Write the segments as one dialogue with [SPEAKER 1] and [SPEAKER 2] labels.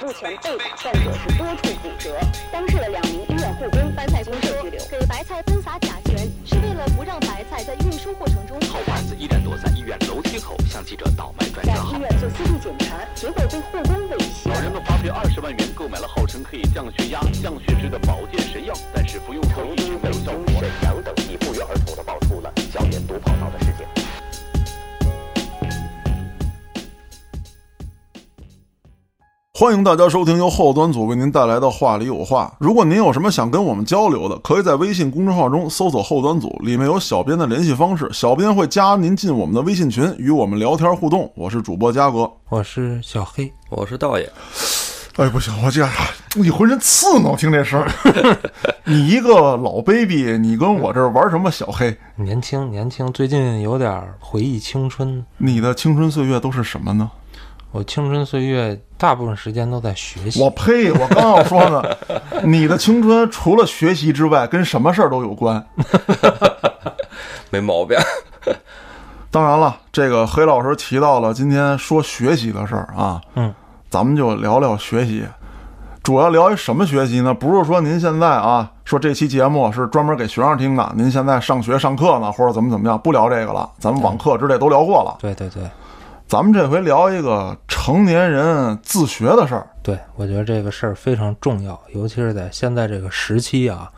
[SPEAKER 1] 目前被捕犯者是多处骨折，当事的两名医院护工白菜公社拘留。
[SPEAKER 2] 给白菜喷洒甲醛是为了不让白菜在运输过程中。
[SPEAKER 3] 好娃子依然躲在医院楼梯口向记者倒卖转
[SPEAKER 1] 在
[SPEAKER 3] 账
[SPEAKER 1] 医
[SPEAKER 3] 号。
[SPEAKER 1] 院做 CT 检查，结果被护工猥亵。
[SPEAKER 3] 老人们花费二十万元购买了号称可以降血压、降血脂的保健神药，但是服用后一直没有效果。
[SPEAKER 4] 两等地不约而同的爆出了校园毒跑道的事件。
[SPEAKER 5] 欢迎大家收听由后端组为您带来的《话里有话》。如果您有什么想跟我们交流的，可以在微信公众号中搜索“后端组”，里面有小编的联系方式，小编会加您进我们的微信群，与我们聊天互动。我是主播嘉哥。
[SPEAKER 6] 我是小黑，
[SPEAKER 7] 我是道爷，
[SPEAKER 5] 哎，不行，我这样，你浑身刺挠，听这声儿。 你一个老 baby，你跟我这儿玩什么小黑？
[SPEAKER 6] 年轻年轻，最近有点儿回忆青春。
[SPEAKER 5] 你的青春岁月都是什么呢？
[SPEAKER 6] 我青春岁月大部分时间都在学习
[SPEAKER 5] 我，呸！我刚要说呢， 你的青春除了学习之外，跟什么事儿都有关。
[SPEAKER 7] 没毛病。
[SPEAKER 5] 当然了，这个黑老师提到了今天说学习的事儿啊，
[SPEAKER 6] 嗯，
[SPEAKER 5] 咱们就聊聊学习。主要聊一什么学习呢？不是说您现在啊，说这期节目是专门给学生听的，您现在上学上课呢，或者怎么怎么样，不聊这个了。咱们网课之类都聊过了，
[SPEAKER 6] 对对对
[SPEAKER 5] 咱们这回聊一个成年人自学的事儿。
[SPEAKER 6] 对，我觉得这个事儿非常重要，尤其是在现在这个时期啊，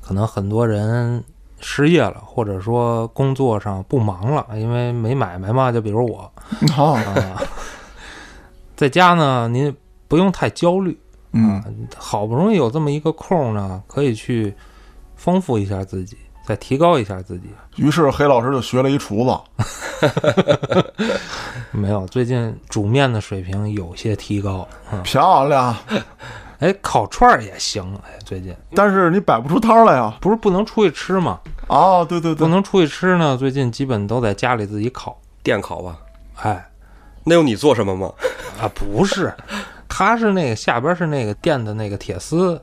[SPEAKER 6] 可能很多人失业了，或者说工作上不忙了，因为没买卖嘛。就比如我，
[SPEAKER 5] 啊，
[SPEAKER 6] 啊，在家呢，您不用太焦虑，
[SPEAKER 5] 嗯，
[SPEAKER 6] 好不容易有这么一个空呢，可以去丰富一下自己，再提高一下自己。
[SPEAKER 5] 于是黑老师就学了一厨子。
[SPEAKER 6] 没有，最近煮面的水平有些提高。嗯，
[SPEAKER 5] 漂亮，
[SPEAKER 6] 哎，烤串儿也行。哎，最近
[SPEAKER 5] 但是你摆不出摊儿来呀。
[SPEAKER 6] 不是不能出去吃吗？
[SPEAKER 5] 啊，对对
[SPEAKER 6] 不
[SPEAKER 5] 对，
[SPEAKER 6] 能出去吃呢，最近基本都在家里自己烤。
[SPEAKER 7] 电烤吧，
[SPEAKER 6] 哎，
[SPEAKER 7] 那用你做什么 吗？
[SPEAKER 6] 啊，不是，它是那个下边是那个电的那个铁丝，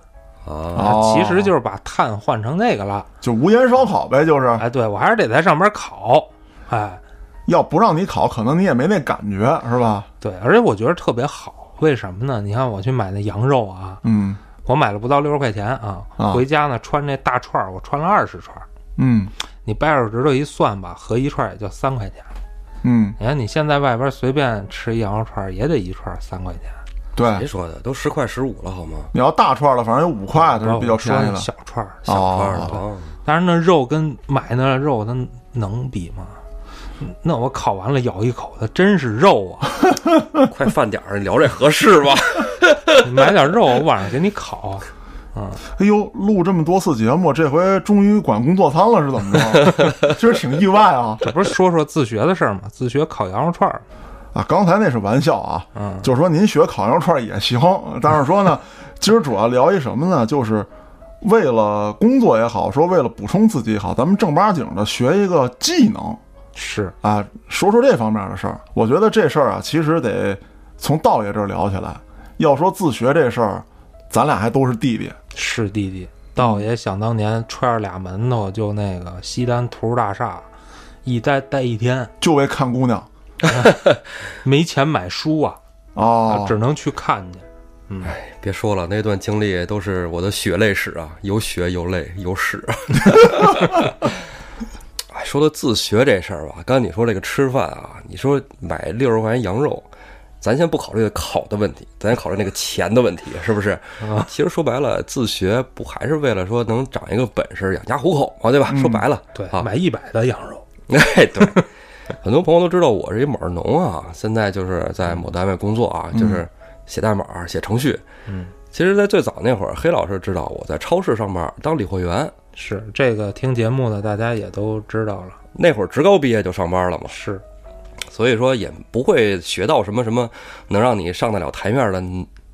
[SPEAKER 7] 啊，
[SPEAKER 6] 它
[SPEAKER 5] 哦
[SPEAKER 6] 其实就是把碳换成那个了。
[SPEAKER 5] 就无烟烧烤呗，就是
[SPEAKER 6] 哎，对我还是得在上边烤。哎，
[SPEAKER 5] 要不让你烤，可能你也没那感觉，是吧？
[SPEAKER 6] 对，而且我觉得特别好，为什么呢？你看我去买那羊肉啊，
[SPEAKER 5] 嗯
[SPEAKER 6] 我买了不到六十块钱啊，
[SPEAKER 5] 啊
[SPEAKER 6] 回家呢穿这大串儿，我穿了二十串儿。
[SPEAKER 5] 嗯
[SPEAKER 6] 你掰手指头一算吧，合一串也就三块钱。
[SPEAKER 5] 嗯，
[SPEAKER 6] 你看你现在外边随便吃一羊肉串也得一串三块钱，
[SPEAKER 7] 谁
[SPEAKER 5] 对，
[SPEAKER 7] 说的？都十块十五了好 吗？
[SPEAKER 5] 你要大串儿的，反正有五块的
[SPEAKER 6] 然
[SPEAKER 5] 是
[SPEAKER 6] 后
[SPEAKER 5] 比较
[SPEAKER 6] 我说
[SPEAKER 5] 便宜
[SPEAKER 6] 那
[SPEAKER 5] 的。
[SPEAKER 6] 小串儿，小
[SPEAKER 7] 块
[SPEAKER 5] 哦
[SPEAKER 7] 儿，啊，
[SPEAKER 6] 但是那肉跟买那肉它能比吗？那我烤完了咬一口，它真是肉啊！
[SPEAKER 7] 快饭点儿，聊这合适 吗？
[SPEAKER 6] 你买点肉，我晚上给你烤。
[SPEAKER 5] 哎呦，录这么多次节目，这回终于管工作餐了，是怎么着？其实挺意外啊
[SPEAKER 6] 这不是说说自学的事儿吗？自学烤羊肉串儿，
[SPEAKER 5] 啊！刚才那是玩笑啊，
[SPEAKER 6] 嗯，
[SPEAKER 5] 就是说您学烤羊肉串儿也行，但是说呢，今儿主要聊一什么呢？就是为了工作也好，说为了补充自己也好，咱们正儿八经的学一个技能。
[SPEAKER 6] 是
[SPEAKER 5] 啊，说说这方面的事儿。我觉得这事儿啊，其实得从道爷这儿聊起来。要说自学这事儿，咱俩还都是弟弟。
[SPEAKER 6] 是弟弟。道爷想当年揣着俩门头就那个西单图书大厦，一待待一天，
[SPEAKER 5] 就为看姑娘
[SPEAKER 6] 没钱买书啊，
[SPEAKER 5] 啊，
[SPEAKER 6] 只能去看去。
[SPEAKER 7] 别说了，那段经历都是我的血泪史啊，有血有泪有 屎啊。哎，说到自学这事儿吧，刚才你说这个吃饭啊，你说买六十块钱羊肉，咱先不考虑烤的问题，咱先考虑那个钱的问题，是不是？其实说白了，自学不还是为了说能长一个本事，养家糊口嘛，对吧？说白了，
[SPEAKER 6] 对，
[SPEAKER 7] 啊，
[SPEAKER 6] 买一百的羊肉，
[SPEAKER 7] 哎，对，很多朋友都知道我是一码农啊，现在就是在某单位工作啊，就是写代码、写程序。
[SPEAKER 6] 嗯，
[SPEAKER 7] 其实，在最早那会儿，黑老师知道我在超市上班当理货员，
[SPEAKER 6] 是这个听节目的大家也都知道了，
[SPEAKER 7] 那会儿职高毕业就上班了嘛，
[SPEAKER 6] 是
[SPEAKER 7] 所以说也不会学到什么什么能让你上得了台面的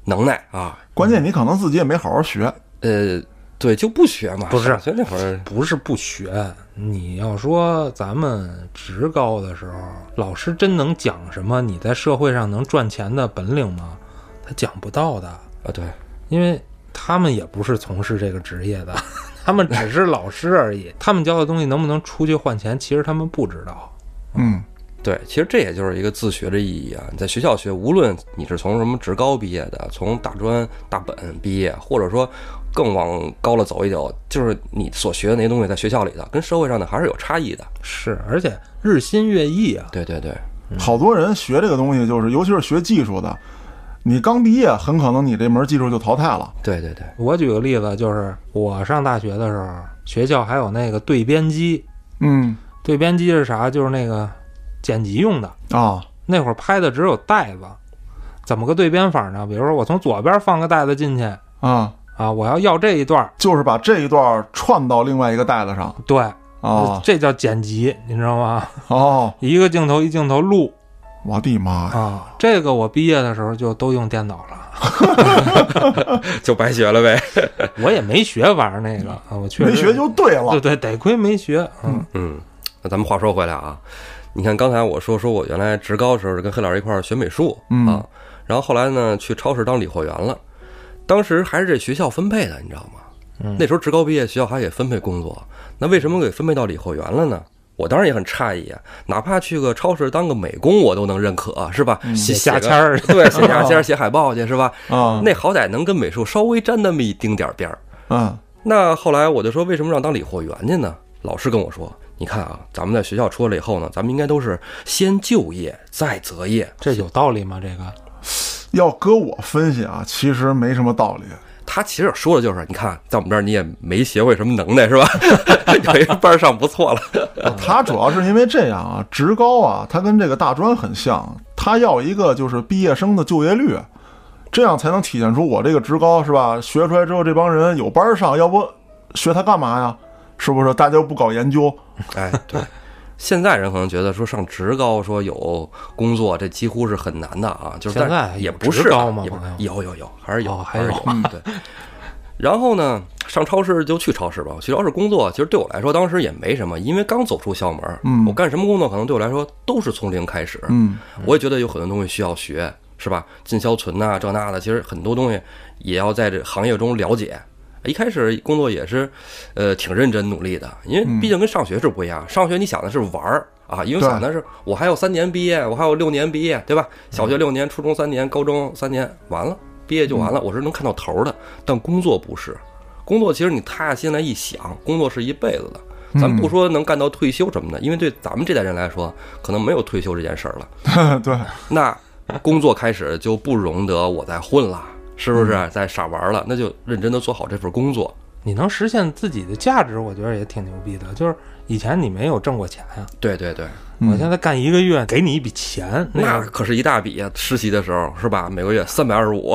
[SPEAKER 7] 能耐啊。
[SPEAKER 5] 关键你可能自己也没好好学。
[SPEAKER 7] 呃，对，就不学嘛，
[SPEAKER 6] 不是
[SPEAKER 7] 上学那会儿
[SPEAKER 6] 不是不学？你要说咱们职高的时候，老师真能讲什么你在社会上能赚钱的本领吗？他讲不到的。
[SPEAKER 7] 啊，对，
[SPEAKER 6] 因为他们也不是从事这个职业的， 他们只是老师而已。他们教的东西能不能出去换钱，其实他们不知道。
[SPEAKER 5] 嗯，
[SPEAKER 7] 对，其实这也就是一个自学的意义啊！你在学校学，无论你是从什么职高毕业的，从大专、大本毕业，或者说更往高了走一走，就是你所学的那些东西，在学校里的跟社会上的还是有差异的。
[SPEAKER 6] 是，而且日新月异啊，
[SPEAKER 7] 对对对，
[SPEAKER 5] 好多人学这个东西，就是尤其是学技术的，你刚毕业，很可能你这门技术就淘汰了。
[SPEAKER 7] 对对对，
[SPEAKER 6] 我举个例子，就是我上大学的时候，学校还有那个对编机，
[SPEAKER 5] 嗯
[SPEAKER 6] 对编机是啥？就是那个剪辑用的。
[SPEAKER 5] 啊，
[SPEAKER 6] 那会儿拍的只有带子，怎么个对编法呢？比如说我从左边放个带子进去
[SPEAKER 5] 啊，
[SPEAKER 6] 啊，我要要这一段儿，
[SPEAKER 5] 就是把这一段串到另外一个带子上
[SPEAKER 6] 对，
[SPEAKER 5] 啊。
[SPEAKER 6] 这叫剪辑，你知道吗？
[SPEAKER 5] 哦，
[SPEAKER 6] 一个镜头一镜头录
[SPEAKER 5] 我的妈呀！
[SPEAKER 6] 啊，这个我毕业的时候就都用电脑了，
[SPEAKER 7] 就白学了呗。我
[SPEAKER 6] 我也没学玩那个啊，我确实
[SPEAKER 5] 没学就对了
[SPEAKER 6] 对对，得亏没学，嗯，
[SPEAKER 7] 嗯，那咱们话说回来啊，你看刚才我说说我原来职高时候是跟黑老师一块儿学美术、
[SPEAKER 5] 嗯
[SPEAKER 7] 啊，然后后来呢去超市当理货员了，当时还是这学校分配的，你知道吗？
[SPEAKER 6] 嗯
[SPEAKER 7] 那时候职高毕业，学校还给分配工作，那为什么给分配到理货员了呢？我当然也很诧异啊，哪怕去个超市当个美工，我都能认可、啊是吧？写
[SPEAKER 6] 嗯下
[SPEAKER 7] 写个
[SPEAKER 6] 签儿哦嗯
[SPEAKER 7] 对，写下 签儿、写海报去，是吧？
[SPEAKER 5] 啊
[SPEAKER 7] 那好歹能跟美术稍微沾那么一丁点儿边儿。
[SPEAKER 5] 嗯
[SPEAKER 7] 那后来我就说，为什么让当理货员去呢？老师跟我说，你看啊，咱们在学校出来以后呢，咱们应该都是先就业再择业。
[SPEAKER 6] 这有道理吗？这个
[SPEAKER 5] 要搁我分析啊，其实没什么道理。
[SPEAKER 7] 他其实说的就是，你看，在我们这儿你也没学会什么能耐是吧？ 有一个班儿上不错了。
[SPEAKER 5] 它呃主要是因为这样啊， 职高啊，它跟这个大专很像，它要一个就是毕业生的就业率，这样才能体现出我这个职高是吧？学出来之后，这帮人有班儿上，要不学它干嘛呀？是不是？大家又不搞研究，
[SPEAKER 7] 哎，对，现在人可能觉得说上职高说有工作，这几乎是很难的啊。就是
[SPEAKER 6] 现在
[SPEAKER 7] 但
[SPEAKER 6] 有
[SPEAKER 7] 也不是
[SPEAKER 6] 职高
[SPEAKER 7] 啊
[SPEAKER 6] 吗
[SPEAKER 7] 也不
[SPEAKER 6] 朋友
[SPEAKER 7] 有有有，还是有，
[SPEAKER 6] 哦还
[SPEAKER 7] 还是
[SPEAKER 6] 有
[SPEAKER 7] 有。啊对。然后呢，上超市就去超市吧。去超市工作，其实对我来说当时也没什么，因为刚走出校门，
[SPEAKER 5] 嗯
[SPEAKER 7] 我干什么工作可能对我来说都是从零开始。
[SPEAKER 5] 嗯，
[SPEAKER 7] 我也觉得有很多东西需要学，是吧？进销存呐、这那的，其实很多东西也要在这行业中了解。一开始工作也是，呃，挺认真努力的，因为毕竟跟上学是不一样。上学你想的是玩儿啊，因为
[SPEAKER 5] 对
[SPEAKER 7] 想的是我还有三年毕业，我还有六年毕业，对吧？小学六年，初中三年，高中三年，完了，毕业就完了，我是能看到头儿的。但工作不是，工作其实你踏下心来一想，工作是一辈子的。咱不说能干到退休什么的，因为对咱们这代人来说，可能没有退休这件事儿了。
[SPEAKER 5] 对，
[SPEAKER 7] 那工作开始就不容得我再混了，是不是？再傻玩了，那就认真的做好这份工作。
[SPEAKER 6] 你能实现自己的价值，我觉得也挺牛逼的。就是以前你没有挣过钱呀、
[SPEAKER 7] 对对对，
[SPEAKER 5] 嗯
[SPEAKER 6] 我现在干一个月，给你一笔钱，
[SPEAKER 7] 那
[SPEAKER 6] 个
[SPEAKER 7] 可是一大笔啊！实习的时候是吧？每个月三百二十五，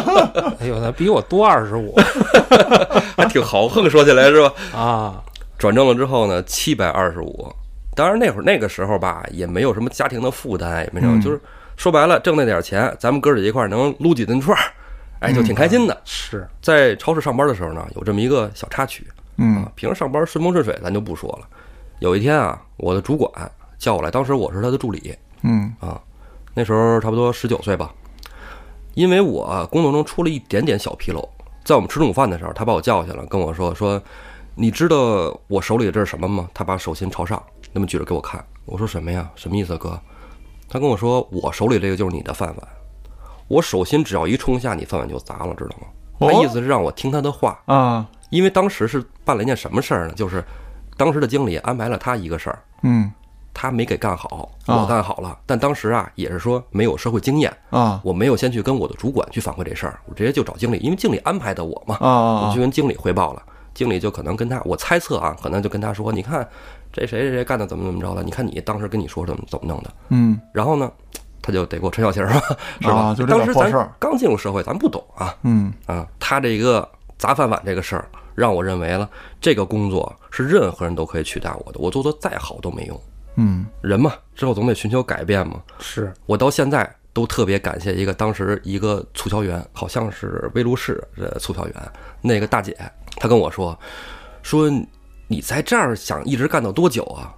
[SPEAKER 6] 哎呦，那比我多二十五
[SPEAKER 7] 还挺豪横，说起来是吧？
[SPEAKER 6] 啊！
[SPEAKER 7] 转正了之后呢，七百二十五。当然那会儿那个时候吧，也没有什么家庭的负担，也没什么，就是说白了，挣那点钱，咱们哥儿几一块儿能撸几顿串儿，哎，就挺开心的。
[SPEAKER 6] 是，
[SPEAKER 7] 在超市上班的时候呢，有这么一个小插曲，
[SPEAKER 5] 嗯
[SPEAKER 7] 啊，平时上班顺风顺水，咱就不说了。有一天啊，我的主管叫我来，当时我是他的助理
[SPEAKER 5] 嗯
[SPEAKER 7] 啊，那时候差不多十九岁吧。因为我啊工作中出了一点点小纰漏，在我们吃中午饭的时候，他把我叫下来，跟我说说，你知道我手里这是什么吗？他把手心朝上，那么举着给我看。我说什么呀？什么意思啊，哥？他跟我说，我手里这个就是你的饭碗，我手心只要一冲下，你饭碗就砸了，知道吗？他
[SPEAKER 5] 哦
[SPEAKER 7] 意思是让我听他的话，
[SPEAKER 5] 啊，
[SPEAKER 7] 因为当时是办了一件什么事儿呢？就是当时的经理安排了他一个事儿，
[SPEAKER 5] 嗯
[SPEAKER 7] 他没给干好，
[SPEAKER 5] 啊
[SPEAKER 7] 我干好了。但当时啊，也是说没有社会经验，
[SPEAKER 5] 啊
[SPEAKER 7] 我没有先去跟我的主管去反馈这事儿，我直接就找经理，因为经理安排的我嘛，
[SPEAKER 5] 啊啊
[SPEAKER 7] 我去跟经理汇报了。经理就可能跟他，我猜测啊，可能就跟他说，你看这谁谁谁干的怎么怎么着了？你看你当时跟你说怎么怎么弄的，
[SPEAKER 5] 嗯
[SPEAKER 7] 然后呢，他就得给我抻小鞋儿嘛，是吧？
[SPEAKER 5] 啊就这点
[SPEAKER 7] 当时
[SPEAKER 5] 破
[SPEAKER 7] 咱
[SPEAKER 5] 事儿
[SPEAKER 7] 刚进入社会，咱不懂啊，
[SPEAKER 5] 嗯
[SPEAKER 7] 啊，他这个砸饭碗这个事儿，让我认为了这个工作是任何人都可以取代我的，我做的再好都没用。
[SPEAKER 5] 嗯，
[SPEAKER 7] 人嘛，之后总得寻求改变嘛。
[SPEAKER 6] 是
[SPEAKER 7] 我到现在都特别感谢一个当时一个促销员，好像是威卢士的促销员，那个大姐，她跟我说，说你在这儿想一直干到多久啊？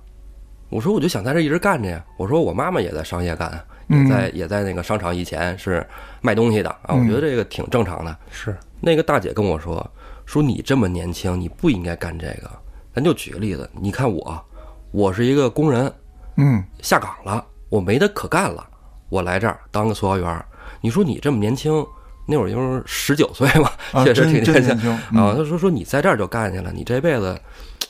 [SPEAKER 7] 我说我就想在这儿一直干着呀。我说我妈妈也在商业干，也在也在那个商场以前是卖东西的啊。我觉得这个挺正常的。
[SPEAKER 6] 是，
[SPEAKER 7] 那个大姐跟我说：“说你这么年轻，你不应该干这个。咱就举个例子，你看我，我是一个工人，
[SPEAKER 5] 嗯，
[SPEAKER 7] 下岗了，我没得可干了，我来这儿当个促销员儿。你说你这么年轻，那会儿就是十九岁嘛，
[SPEAKER 5] 啊
[SPEAKER 7] 确实挺
[SPEAKER 5] 真真
[SPEAKER 7] 轻
[SPEAKER 5] 年轻嗯
[SPEAKER 7] 啊。他说说你在这儿就干去了，你这辈子，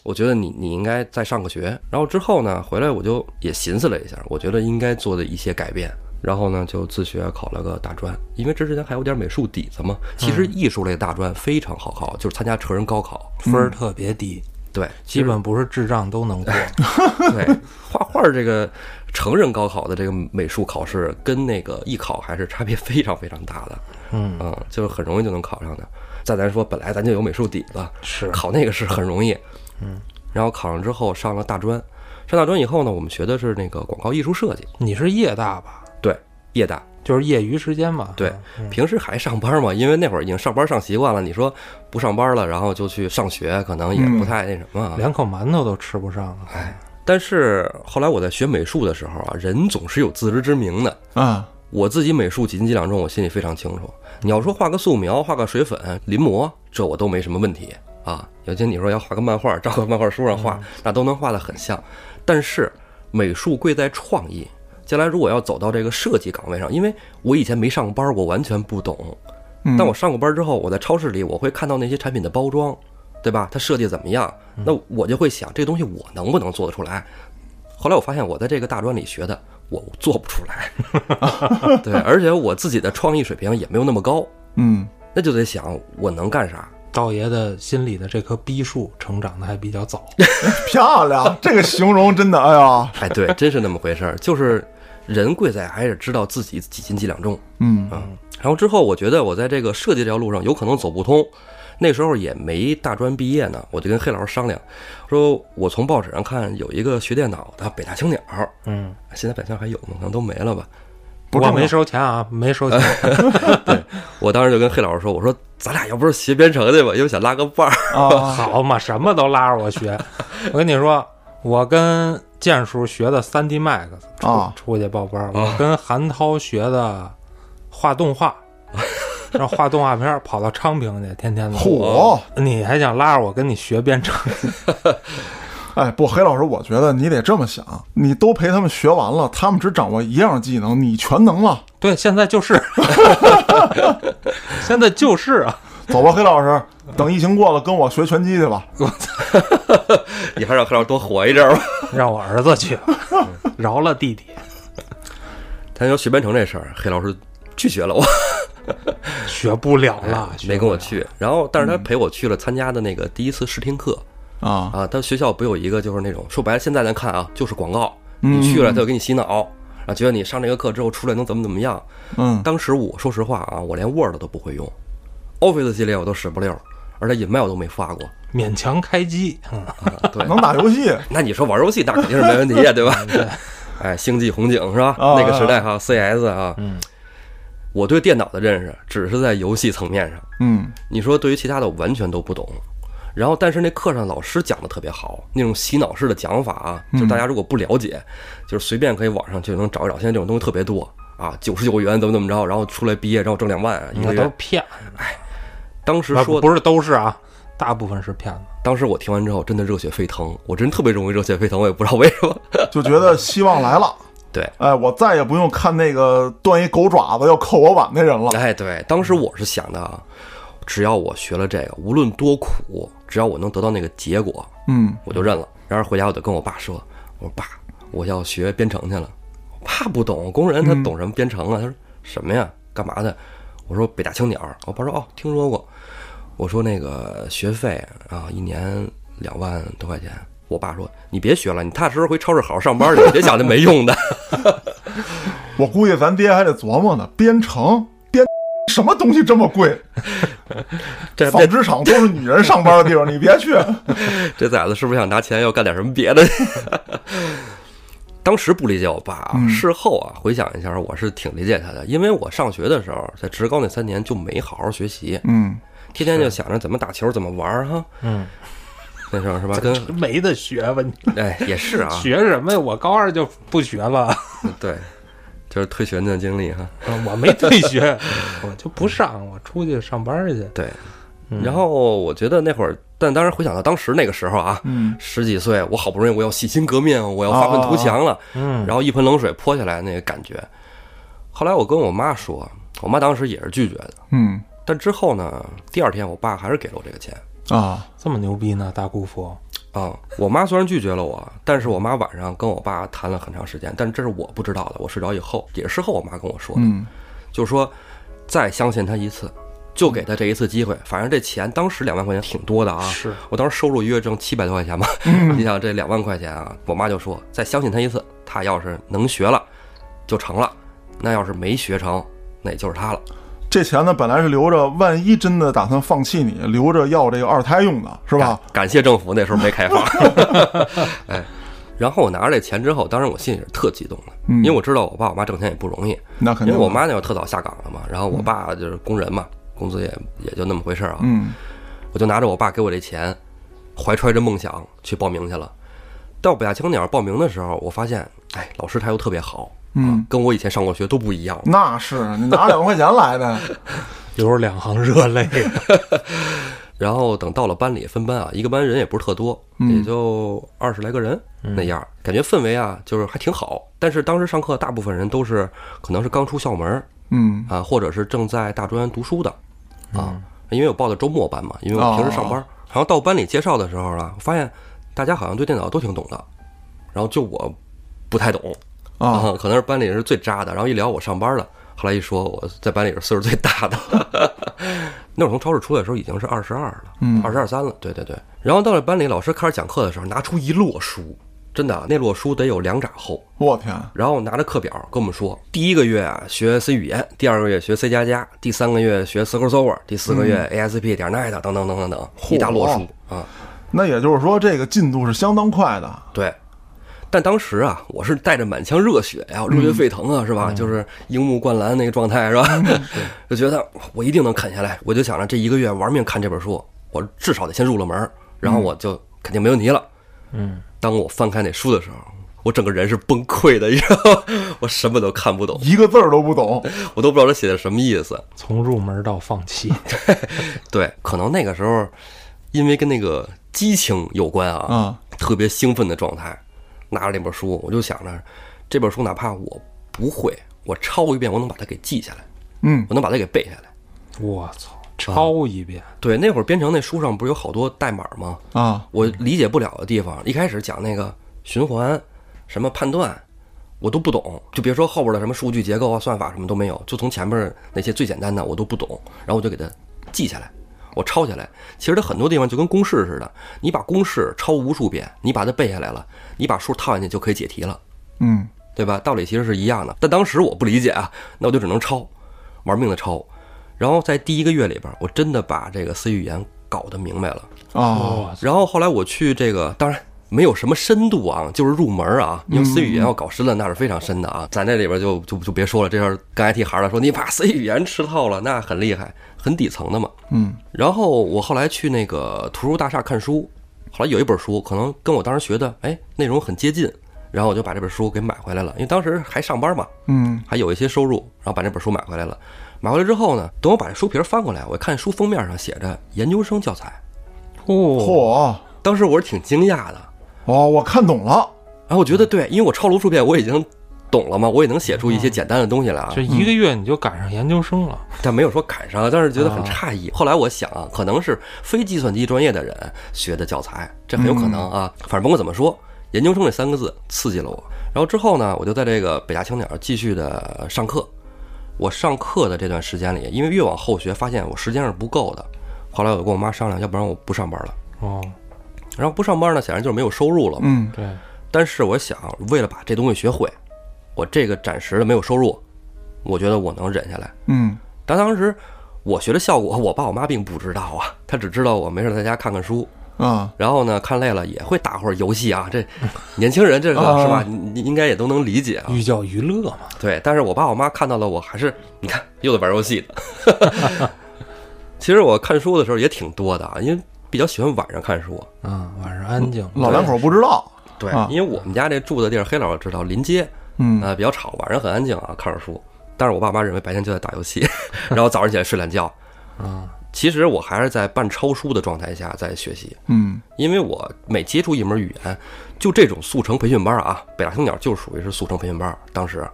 [SPEAKER 7] 我觉得你你应该再上个学。然后之后呢，回来我就也寻思了一下，我觉得应该做的一些改变。然后呢，就自学考了个大专，因为这之前还有点美术底子嘛。其
[SPEAKER 5] 嗯
[SPEAKER 7] 实艺术类大专非常好考，就是参加成人高考。
[SPEAKER 6] 分
[SPEAKER 5] 嗯
[SPEAKER 6] 儿特别低，
[SPEAKER 7] 对，
[SPEAKER 6] 基本不是智障都 能过。
[SPEAKER 7] 对，画画这个成人高考的这个美术考试，跟那个艺考还是差别非常非常大的。
[SPEAKER 6] 嗯
[SPEAKER 7] 啊、就是很容易就能考上的。再咱说，本来咱就有美术底子，
[SPEAKER 6] 是
[SPEAKER 7] 考那个是很容易。嗯，然后考上之后上了大专，上大专以后呢，我们学的是那个广告艺术设计，
[SPEAKER 6] 你是夜大吧？
[SPEAKER 7] 对，夜大。
[SPEAKER 6] 就是业余时间嘛。啊
[SPEAKER 7] 对，平时还上班嘛，因为那会儿已经上班上习惯了。你说不上班了，然后就去上学，可能也不太那什么啊。
[SPEAKER 6] 连口馒头都吃不上啊。
[SPEAKER 5] 哎
[SPEAKER 7] 但是后来我在学美术的时候啊，人总是有自知之明的。
[SPEAKER 5] 啊，
[SPEAKER 7] 我自己美术几斤几两重，我心里非常清楚。你要说画个素描、画个水粉、临摹，这我都没什么问题啊。尤其你说要画个漫画，照个漫画书上画，那都能画得很像。但是美术贵在创意，将来如果要走到这个设计岗位上，因为我以前没上班，我完全不懂。
[SPEAKER 5] 嗯
[SPEAKER 7] 但我上过班之后，我在超市里我会看到那些产品的包装，对吧？它设计怎么样？那我就会想，这东西我能不能做得出来？后来我发现我在这个大专里学的，我做不出来。 对，而且我自己的创意水平也没有那么高，
[SPEAKER 5] 嗯，
[SPEAKER 7] 那就得想我能干啥。
[SPEAKER 6] 道爷的心里的这棵逼树成长的还比较早，
[SPEAKER 5] 漂亮，这个形容真的，哎呀，
[SPEAKER 7] 哎，对，真是那么回事儿，就是人贵在还是知道自己几斤几两重。
[SPEAKER 5] 嗯
[SPEAKER 7] 啊。然后之后，我觉得我在这个设计这条路上有可能走不通。那时候也没大专毕业呢，我就跟黑老师商量，说我从报纸上看有一个学电脑的北大青鸟，
[SPEAKER 6] 嗯，
[SPEAKER 7] 现在北大青鸟还有吗？可能都没了吧。
[SPEAKER 5] 不
[SPEAKER 6] 我
[SPEAKER 5] 重要
[SPEAKER 6] 没收钱啊，没 收钱，
[SPEAKER 7] 我当时就跟黑老师说，我说咱俩要不是学编程去吧，因为想拉个伴儿。
[SPEAKER 5] 啊，
[SPEAKER 6] 好嘛，什么都拉着我学。我跟你说，我跟建叔学的 3D Max 出、
[SPEAKER 5] 啊
[SPEAKER 6] 出去报班儿，我跟韩涛学的画动画，然后画动画片儿，跑到昌平去，天天的。
[SPEAKER 5] 嚯！
[SPEAKER 6] 你还想拉着我跟你学编程？
[SPEAKER 5] 哎，不，黑老师，我觉得你得这么想，你都陪他们学完了，他们只掌握一样技能，你全能了。
[SPEAKER 6] 对，现在就是，现在就是啊。
[SPEAKER 5] 走吧，黑老师， 等疫情过了，跟我学拳击去吧。
[SPEAKER 7] 你还让黑老师多活一阵儿吧。
[SPEAKER 6] 让我儿子去吧，饶了弟弟。
[SPEAKER 7] 他说学编程这事儿，黑老师拒绝了我，
[SPEAKER 6] 学不了
[SPEAKER 5] 啊
[SPEAKER 6] 了，学
[SPEAKER 7] 哎没
[SPEAKER 6] 不
[SPEAKER 7] 跟我
[SPEAKER 6] 了。
[SPEAKER 7] 去。然后，但是他陪我去了参加的那个第一次试听课
[SPEAKER 5] 嗯啊，
[SPEAKER 7] 啊。他学校不有一个就是那种说白了，现在咱看啊，就是广告，
[SPEAKER 5] 嗯
[SPEAKER 7] 你去了他就给你洗脑，啊，觉得你上这个课之后出来能怎么怎么样。
[SPEAKER 5] 嗯，
[SPEAKER 7] 当时我说实话啊，我连 Word 都不会用，Office 系列我都使不溜，而且 Email 都没 发过。
[SPEAKER 6] 勉强开机，嗯，
[SPEAKER 7] 啊对，
[SPEAKER 5] 能打游戏，
[SPEAKER 7] 那你说玩游戏那肯定是没问题呀，对吧？哎，星际红警是吧？
[SPEAKER 5] 啊
[SPEAKER 7] 那个时代哈，CS 啊，嗯，我对电脑的认识只是在游戏层面上，
[SPEAKER 5] 嗯
[SPEAKER 7] 你说对于其他的我完全都不懂。然后，但是那课上老师讲的特别好，那种洗脑式的讲法啊，就是大家如果不了解，就是随便可以网上就能找一找。现在这种东西特别多啊，九十九元怎么怎么着，然后出来毕业然后挣两万一
[SPEAKER 6] 那
[SPEAKER 7] 个
[SPEAKER 6] 都是
[SPEAKER 7] 月。
[SPEAKER 6] 骗
[SPEAKER 7] 当时
[SPEAKER 6] 子，
[SPEAKER 7] 说
[SPEAKER 6] 不不是都是啊，大部分是骗子。
[SPEAKER 7] 当时我听完之后真的热血沸腾，我真特别容易热血沸腾，我也不知道为什么。
[SPEAKER 5] 就觉得希望来了。
[SPEAKER 7] 对，
[SPEAKER 5] 哎，我再也不用看那个端一狗爪子要扣我碗那人了。
[SPEAKER 7] 哎，对，当时我是想的啊，只要我学了这个，无论多苦，只要我能得到那个结果，
[SPEAKER 5] 嗯，
[SPEAKER 7] 我就认了。然后回家我就跟我爸说：“我说爸，我要学编程去了。”我爸不懂，工人他懂什么编程啊？他说什么呀？干嘛的？我说北大青鸟。我爸说哦，听说过。我说那个学费啊，一年两万多块钱。我爸说你别学了，你踏踏实实回超市好好上班去，别想那没用的。
[SPEAKER 5] 我估计咱爹还得琢磨呢，编程编 什么东西这么贵？
[SPEAKER 7] 这
[SPEAKER 5] 纺织厂都是女人上班的地方，你别去。
[SPEAKER 7] 这崽子是不是想拿钱要干点什么别的？ 当时不理解我爸啊，事后啊回想一下，我是挺理解他的，因为我上学的时候，在职高那三年就没好好学习，
[SPEAKER 5] 嗯，
[SPEAKER 7] 天天就想着怎么打球、怎么玩儿哈。
[SPEAKER 6] 嗯，
[SPEAKER 7] 那时候是吧？跟
[SPEAKER 6] 没得学吧？你
[SPEAKER 7] 哎也是啊，
[SPEAKER 6] 学什么呀？我高二就不学了，
[SPEAKER 7] 对，就是退学那经历哈。
[SPEAKER 6] 我没退学，我就不上，我出去上班去。
[SPEAKER 7] 对，然后我觉得那会儿，但当然回想到当时那个时候啊，
[SPEAKER 5] 嗯
[SPEAKER 7] 十几岁，我好不容易我要洗心革面，我要发愤图强了，
[SPEAKER 6] 嗯
[SPEAKER 7] 然后一盆冷水泼下来那个感觉。后来我跟我妈说，我妈当时也是拒绝的，
[SPEAKER 5] 嗯
[SPEAKER 7] 但之后呢，第二天我爸还是给了我这个钱
[SPEAKER 5] 啊，
[SPEAKER 6] 这么牛逼呢，大姑父，
[SPEAKER 7] 啊、我妈虽然拒绝了我，但是我妈晚上跟我爸谈了很长时间，但这是我不知道的，我睡着以后也是事后我妈跟我说的，
[SPEAKER 5] 嗯
[SPEAKER 7] 就是说再相信他一次，就给他这一次机会。反正这钱当时两万块钱挺多的啊，
[SPEAKER 6] 是
[SPEAKER 7] 我当时收入一月挣七百多块钱吧。
[SPEAKER 5] 嗯
[SPEAKER 7] 你想这两万块钱啊，我妈就说再相信他一次，他要是能学了就成了，那要是没学成，那就是他了。
[SPEAKER 5] 这钱呢本来是留着，万一真的打算放弃你，留着要这个二胎用的，是吧？
[SPEAKER 7] 感谢政府那时候没 开放。哎，然后我拿着这钱之后，当时我心里是特激动的，
[SPEAKER 5] 嗯
[SPEAKER 7] 因为我知道我爸我妈挣钱也不容易，
[SPEAKER 5] 那肯
[SPEAKER 7] 因为
[SPEAKER 5] 定。
[SPEAKER 7] 我，妈那会儿特早下岗了嘛，然后我爸就是工人嘛，工资也也就那么回事儿啊。
[SPEAKER 5] 嗯
[SPEAKER 7] 我就拿着我爸给我这钱，怀揣着梦想去报名去了。到北大青鸟报名的时候，我发现，哎，老师态度特别好，
[SPEAKER 5] 嗯，
[SPEAKER 7] 跟我以前上过学都不一样。
[SPEAKER 5] 那是你拿两万块钱来的，
[SPEAKER 6] 流着两行热泪。
[SPEAKER 7] 然后等到了班里分班啊，一个班人也不是特多，也就二十来个人那样，感觉氛围啊就是还挺好。但是当时上课大部分人都是可能是刚出校门儿
[SPEAKER 5] 嗯
[SPEAKER 7] 啊，或者是正在大专读书的啊，因为我报的周末班嘛，因为我平时上班。然后到班里介绍的时候啊，我发现大家好像对电脑都挺懂的，然后就我不太懂
[SPEAKER 5] 啊，
[SPEAKER 7] 可能是班里是最渣的。然后一聊我上班了，后来一说我在班里是岁数最大的， 那会儿从超市出来的时候已经是二十二了，
[SPEAKER 5] 嗯
[SPEAKER 7] 二十二三了，对对对。然后到了班里，老师开始讲课的时候，拿出一摞书，真的啊那摞书得有两掌厚，
[SPEAKER 5] 我天，
[SPEAKER 7] 然后拿着课表跟我们说，第一个月啊学 C 语言，第二个月学 C 加加，第三个月学 Scroll，第四个月 ASP 点 Net 等等等等等，一大摞书啊，
[SPEAKER 5] 那也就是说这个进度是相当快的，
[SPEAKER 7] 对。但当时啊，我是带着满腔热血呀、热血沸腾啊，是吧？就是樱木灌篮那个状态，是吧？ 就觉得我一定能啃下来，我就想着这一个月玩命看这本书，我至少得先入了门儿，然后我就肯定没问题了。
[SPEAKER 6] 嗯，
[SPEAKER 7] 当我翻开那书的时候，我整个人是崩溃的，你知道吗？ 我什么都看不懂，
[SPEAKER 5] 一个字儿都不懂，
[SPEAKER 7] 我都不知道这写的什么意思。
[SPEAKER 6] 从入门到放弃，
[SPEAKER 7] 对，可能那个时候，因为跟那个激情有关啊，
[SPEAKER 5] 嗯
[SPEAKER 7] 特别兴奋的状态，拿着那本书，我就想着这本书哪怕我不会，我抄一遍，我能把它给记下来，
[SPEAKER 5] 嗯
[SPEAKER 7] 我能把它给背下来。
[SPEAKER 6] 我操，抄一遍，
[SPEAKER 7] 对，那会儿编程那书上不是有好多代码吗？
[SPEAKER 5] 啊，
[SPEAKER 7] 我理解不了的地方，一开始讲那个循环，什么判断，我都不懂，就别说后边的什么数据结构啊、算法什么都没有，就从前面那些最简单的我都不懂，然后我就给它记下来，我抄下来。其实它很多地方就跟公式似的，你把公式抄无数遍，你把它背下来了，你把数套进去就可以解题了，
[SPEAKER 5] 嗯
[SPEAKER 7] 对吧？道理其实是一样的，但当时我不理解啊，那我就只能抄，玩命的抄。然后在第一个月里边，我真的把这个 C 语言搞得明白了。
[SPEAKER 5] 啊，
[SPEAKER 6] 我操，
[SPEAKER 7] 然后后来我去这个，当然没有什么深度啊，就是入门啊，因为 C 语言要搞深了那是非常深的啊，咱这里边就就就别说了，这要是干 IT 行的说你把 C 语言吃透了，那很厉害，很底层的嘛。
[SPEAKER 5] 嗯
[SPEAKER 7] 然后我后来去那个图书大厦看书，后来有一本书可能跟我当时学的哎内容很接近，然后我就把这本书给买回来了，因为当时还上班嘛，
[SPEAKER 5] 嗯
[SPEAKER 7] 还有一些收入，然后把这本书买回来了。买回来之后呢，等我把这书皮儿翻过来，我看书封面上写着研究生教材，
[SPEAKER 6] 嚯，
[SPEAKER 5] 嚯，
[SPEAKER 7] 当时我是挺惊讶的。
[SPEAKER 5] 哦，我看懂了，
[SPEAKER 7] 然后我觉得对，因为我抄了无数遍，我已经懂了嘛，我也能写出一些简单的东西来啊
[SPEAKER 6] 这，一个月你就赶上研究生了，
[SPEAKER 7] 但没有说赶上，但是觉得很诧异。后来我想啊，可能是非计算机专业的人学的教材，这很有可能啊。反正甭管怎么说，研究生这三个字刺激了我。然后之后呢，我就在这个北大青鸟继续的上课。我上课的这段时间里，因为越往后学，发现我时间是不够的。后来我就跟我妈商量，要不然我不上班了。
[SPEAKER 6] 哦，
[SPEAKER 7] 然后不上班呢，显然就是没有收入了嘛。
[SPEAKER 5] 嗯
[SPEAKER 6] 对，啊
[SPEAKER 7] 但是我想，为了把这东西学会，我这个暂时的没有收入，我觉得我能忍下来。
[SPEAKER 5] 嗯
[SPEAKER 7] 但当时我学的效果，我爸我妈并不知道啊，他只知道我没事在家看看书，
[SPEAKER 5] 啊，
[SPEAKER 7] 然后呢看累了也会打会儿游戏啊。这年轻人这个是吧？你你应该也都能理解啊。
[SPEAKER 6] 寓教于乐嘛，
[SPEAKER 7] 对，但是我爸我妈看到了我，还是你看又在玩游戏的。 其实我看书的时候也挺多的啊，因为比较喜欢晚上看书。
[SPEAKER 6] 啊，晚上安静，
[SPEAKER 5] 老两口不知道，
[SPEAKER 7] 对
[SPEAKER 5] 啊
[SPEAKER 7] 因为我们家这住的地儿，黑老师知道临街，
[SPEAKER 5] 嗯
[SPEAKER 7] 呃，比较吵，晚上 很安静啊，看会儿书。但是我爸妈认为白天就在打游戏，然后早上起来睡懒觉。
[SPEAKER 6] 啊，
[SPEAKER 7] 其实我还是在半超书的状态下在学习，
[SPEAKER 5] 嗯
[SPEAKER 7] 因为我每接触一门语言，就这种速成培训班啊，北大青鸟就属于是速成培训班。当时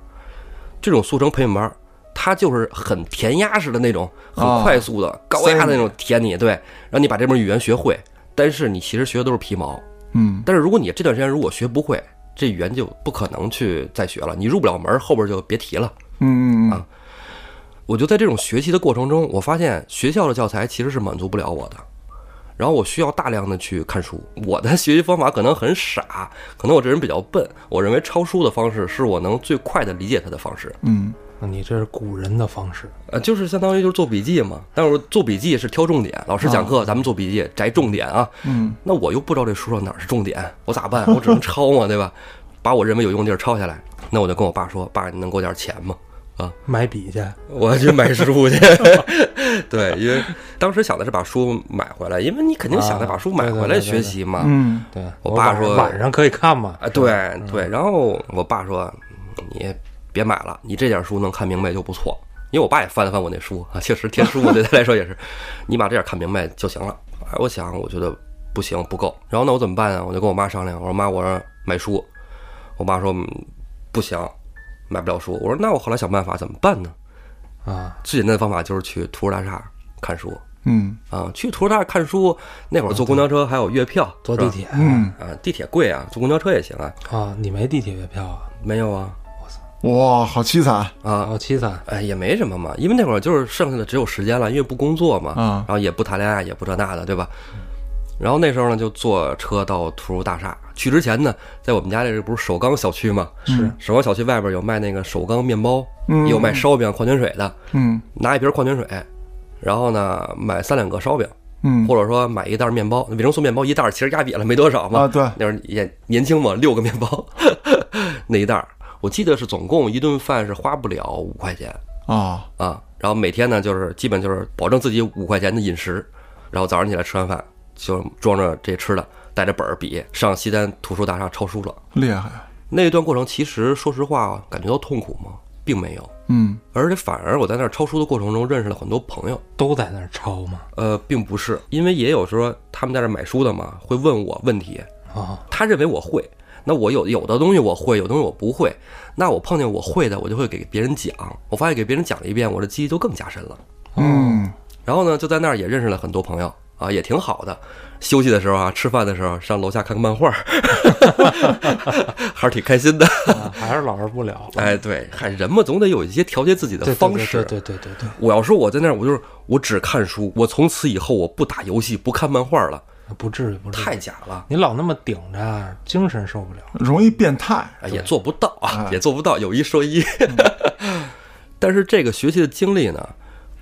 [SPEAKER 7] 这种速成培训班，它就是很填鸭式的那种，很
[SPEAKER 5] 啊
[SPEAKER 7] 快速的、高压的那种填你，对，让你把这门语言学会。但是你其实学的都是皮毛。
[SPEAKER 5] 嗯，
[SPEAKER 7] 但是如果你这段时间如果学不会，这语言就不可能去再学了，你入不了门，后边就别提了。
[SPEAKER 5] 嗯嗯嗯
[SPEAKER 7] 啊我就在这种学习的过程中，我发现学校的教材其实是满足不了我的，然后我需要大量的去看书。我的学习方法可能很傻，可能我这人比较笨，我认为抄书的方式是我能最快的理解它的方式。
[SPEAKER 5] 嗯，
[SPEAKER 6] 那你这是古人的方式，
[SPEAKER 7] 呃，就是相当于就是做笔记嘛，但是我做笔记是挑重点，老师讲课咱们做笔记摘重点啊。
[SPEAKER 5] 啊嗯，
[SPEAKER 7] 那我又不知道这书上哪儿是重点，我咋办？我只能抄嘛，对吧？把我认为有用地儿抄下来，那我就跟我爸说：“爸，你能给我点钱吗？”啊，
[SPEAKER 6] 买笔去，
[SPEAKER 7] 我去买书 去。对，因为当时想的是把书买回来，因为你肯定
[SPEAKER 5] 啊
[SPEAKER 7] 想着把书买回来学习嘛。
[SPEAKER 5] 嗯
[SPEAKER 6] 对
[SPEAKER 7] 我
[SPEAKER 6] 晚
[SPEAKER 7] 爸说
[SPEAKER 6] 晚上可以看嘛，
[SPEAKER 7] 啊，对
[SPEAKER 6] 嗯
[SPEAKER 7] 对。然后我爸说：“你别买了，你这点书能看明白就不错。”因为我爸也翻了翻我那书 啊，确实天书我对他来说也是，你把这点看明白就行了。哎，我想我觉得不行不够，然后那我怎么办啊？我就跟我妈商量，我说妈，我说买书，我妈说、嗯不行，买不了书。我说那我后来想办法怎么办呢？
[SPEAKER 6] 啊，
[SPEAKER 7] 最简单的方法就是去图书大厦看书
[SPEAKER 5] 嗯
[SPEAKER 7] 啊，去图书大厦看书。那会儿坐公交车还有月票，
[SPEAKER 6] 嗯坐
[SPEAKER 7] 是
[SPEAKER 6] 地
[SPEAKER 7] 吧
[SPEAKER 6] 铁
[SPEAKER 5] 嗯，
[SPEAKER 7] 啊，地铁贵啊，坐公交车也行啊。
[SPEAKER 6] 啊，你没地铁月票啊？
[SPEAKER 7] 没有啊
[SPEAKER 5] 嗯哇，好凄惨
[SPEAKER 7] 啊，
[SPEAKER 6] 哦，凄惨，
[SPEAKER 7] 哎，也没什么嘛，因为那会儿就是剩下的只有时间了，因为不工作嘛，
[SPEAKER 5] 啊
[SPEAKER 6] 嗯
[SPEAKER 7] 然后也不谈恋爱，也不这那的，对吧？然后那时候呢，就坐车到图书大厦。去之前呢，在我们家这个不是首钢小区嘛，是首钢小区外边有卖那个首钢面包，
[SPEAKER 6] 嗯
[SPEAKER 7] 也有卖烧饼、矿泉水的，
[SPEAKER 5] 嗯
[SPEAKER 7] 拿一瓶矿泉水，然后呢买三两个烧饼，
[SPEAKER 5] 嗯
[SPEAKER 7] 或者说买一袋面包，维生素面包一袋，其实压扁了没多少嘛。
[SPEAKER 5] 啊对
[SPEAKER 7] 那会儿也年轻嘛，六个面包 那一袋儿，我记得是总共一顿饭是花不了五块钱
[SPEAKER 5] 啊
[SPEAKER 7] 啊。然后每天呢，就是基本就是保证自己五块钱的饮食，然后早上起来吃完饭就装着这吃的，带着本儿笔上西单图书大厦抄书了。
[SPEAKER 5] 厉害，
[SPEAKER 7] 那一段过程，其实说实话，感觉到痛苦吗？并没有，
[SPEAKER 5] 嗯
[SPEAKER 7] 而且反而我在那儿抄书的过程中认识了很多朋友。
[SPEAKER 6] 都在那儿抄嘛，
[SPEAKER 7] 呃，并不是，因为也有说他们在这买书的嘛，会问我问题，
[SPEAKER 6] 啊，
[SPEAKER 7] 他认为我会，那我有有的东西我会，有东西我不会，那我碰见我会的，我就会给别人讲，我发现给别人讲了一遍，我的记忆就更加深了。
[SPEAKER 5] 嗯
[SPEAKER 7] 然后呢，就在那儿也认识了很多朋友啊，也挺好的。休息的时候啊，吃饭的时候上楼下看看漫画， 还是挺开心的。
[SPEAKER 6] 啊还是老实不了，
[SPEAKER 7] 哎，对，嗨，人嘛总得有一些调节自己的
[SPEAKER 6] 对，对
[SPEAKER 7] 方式。
[SPEAKER 6] 对对对对对
[SPEAKER 7] 我要说我在那儿，我就是我只看书，我从此以后我不打游戏，不看漫画了。
[SPEAKER 6] 对，不至于不至于，
[SPEAKER 7] 太假了。啊
[SPEAKER 6] 你老那么顶着，精神受不了，
[SPEAKER 5] 容易变态，
[SPEAKER 7] 啊也做不到啊，也做不到。有一说一，
[SPEAKER 6] 嗯
[SPEAKER 7] 但是这个学习的经历呢，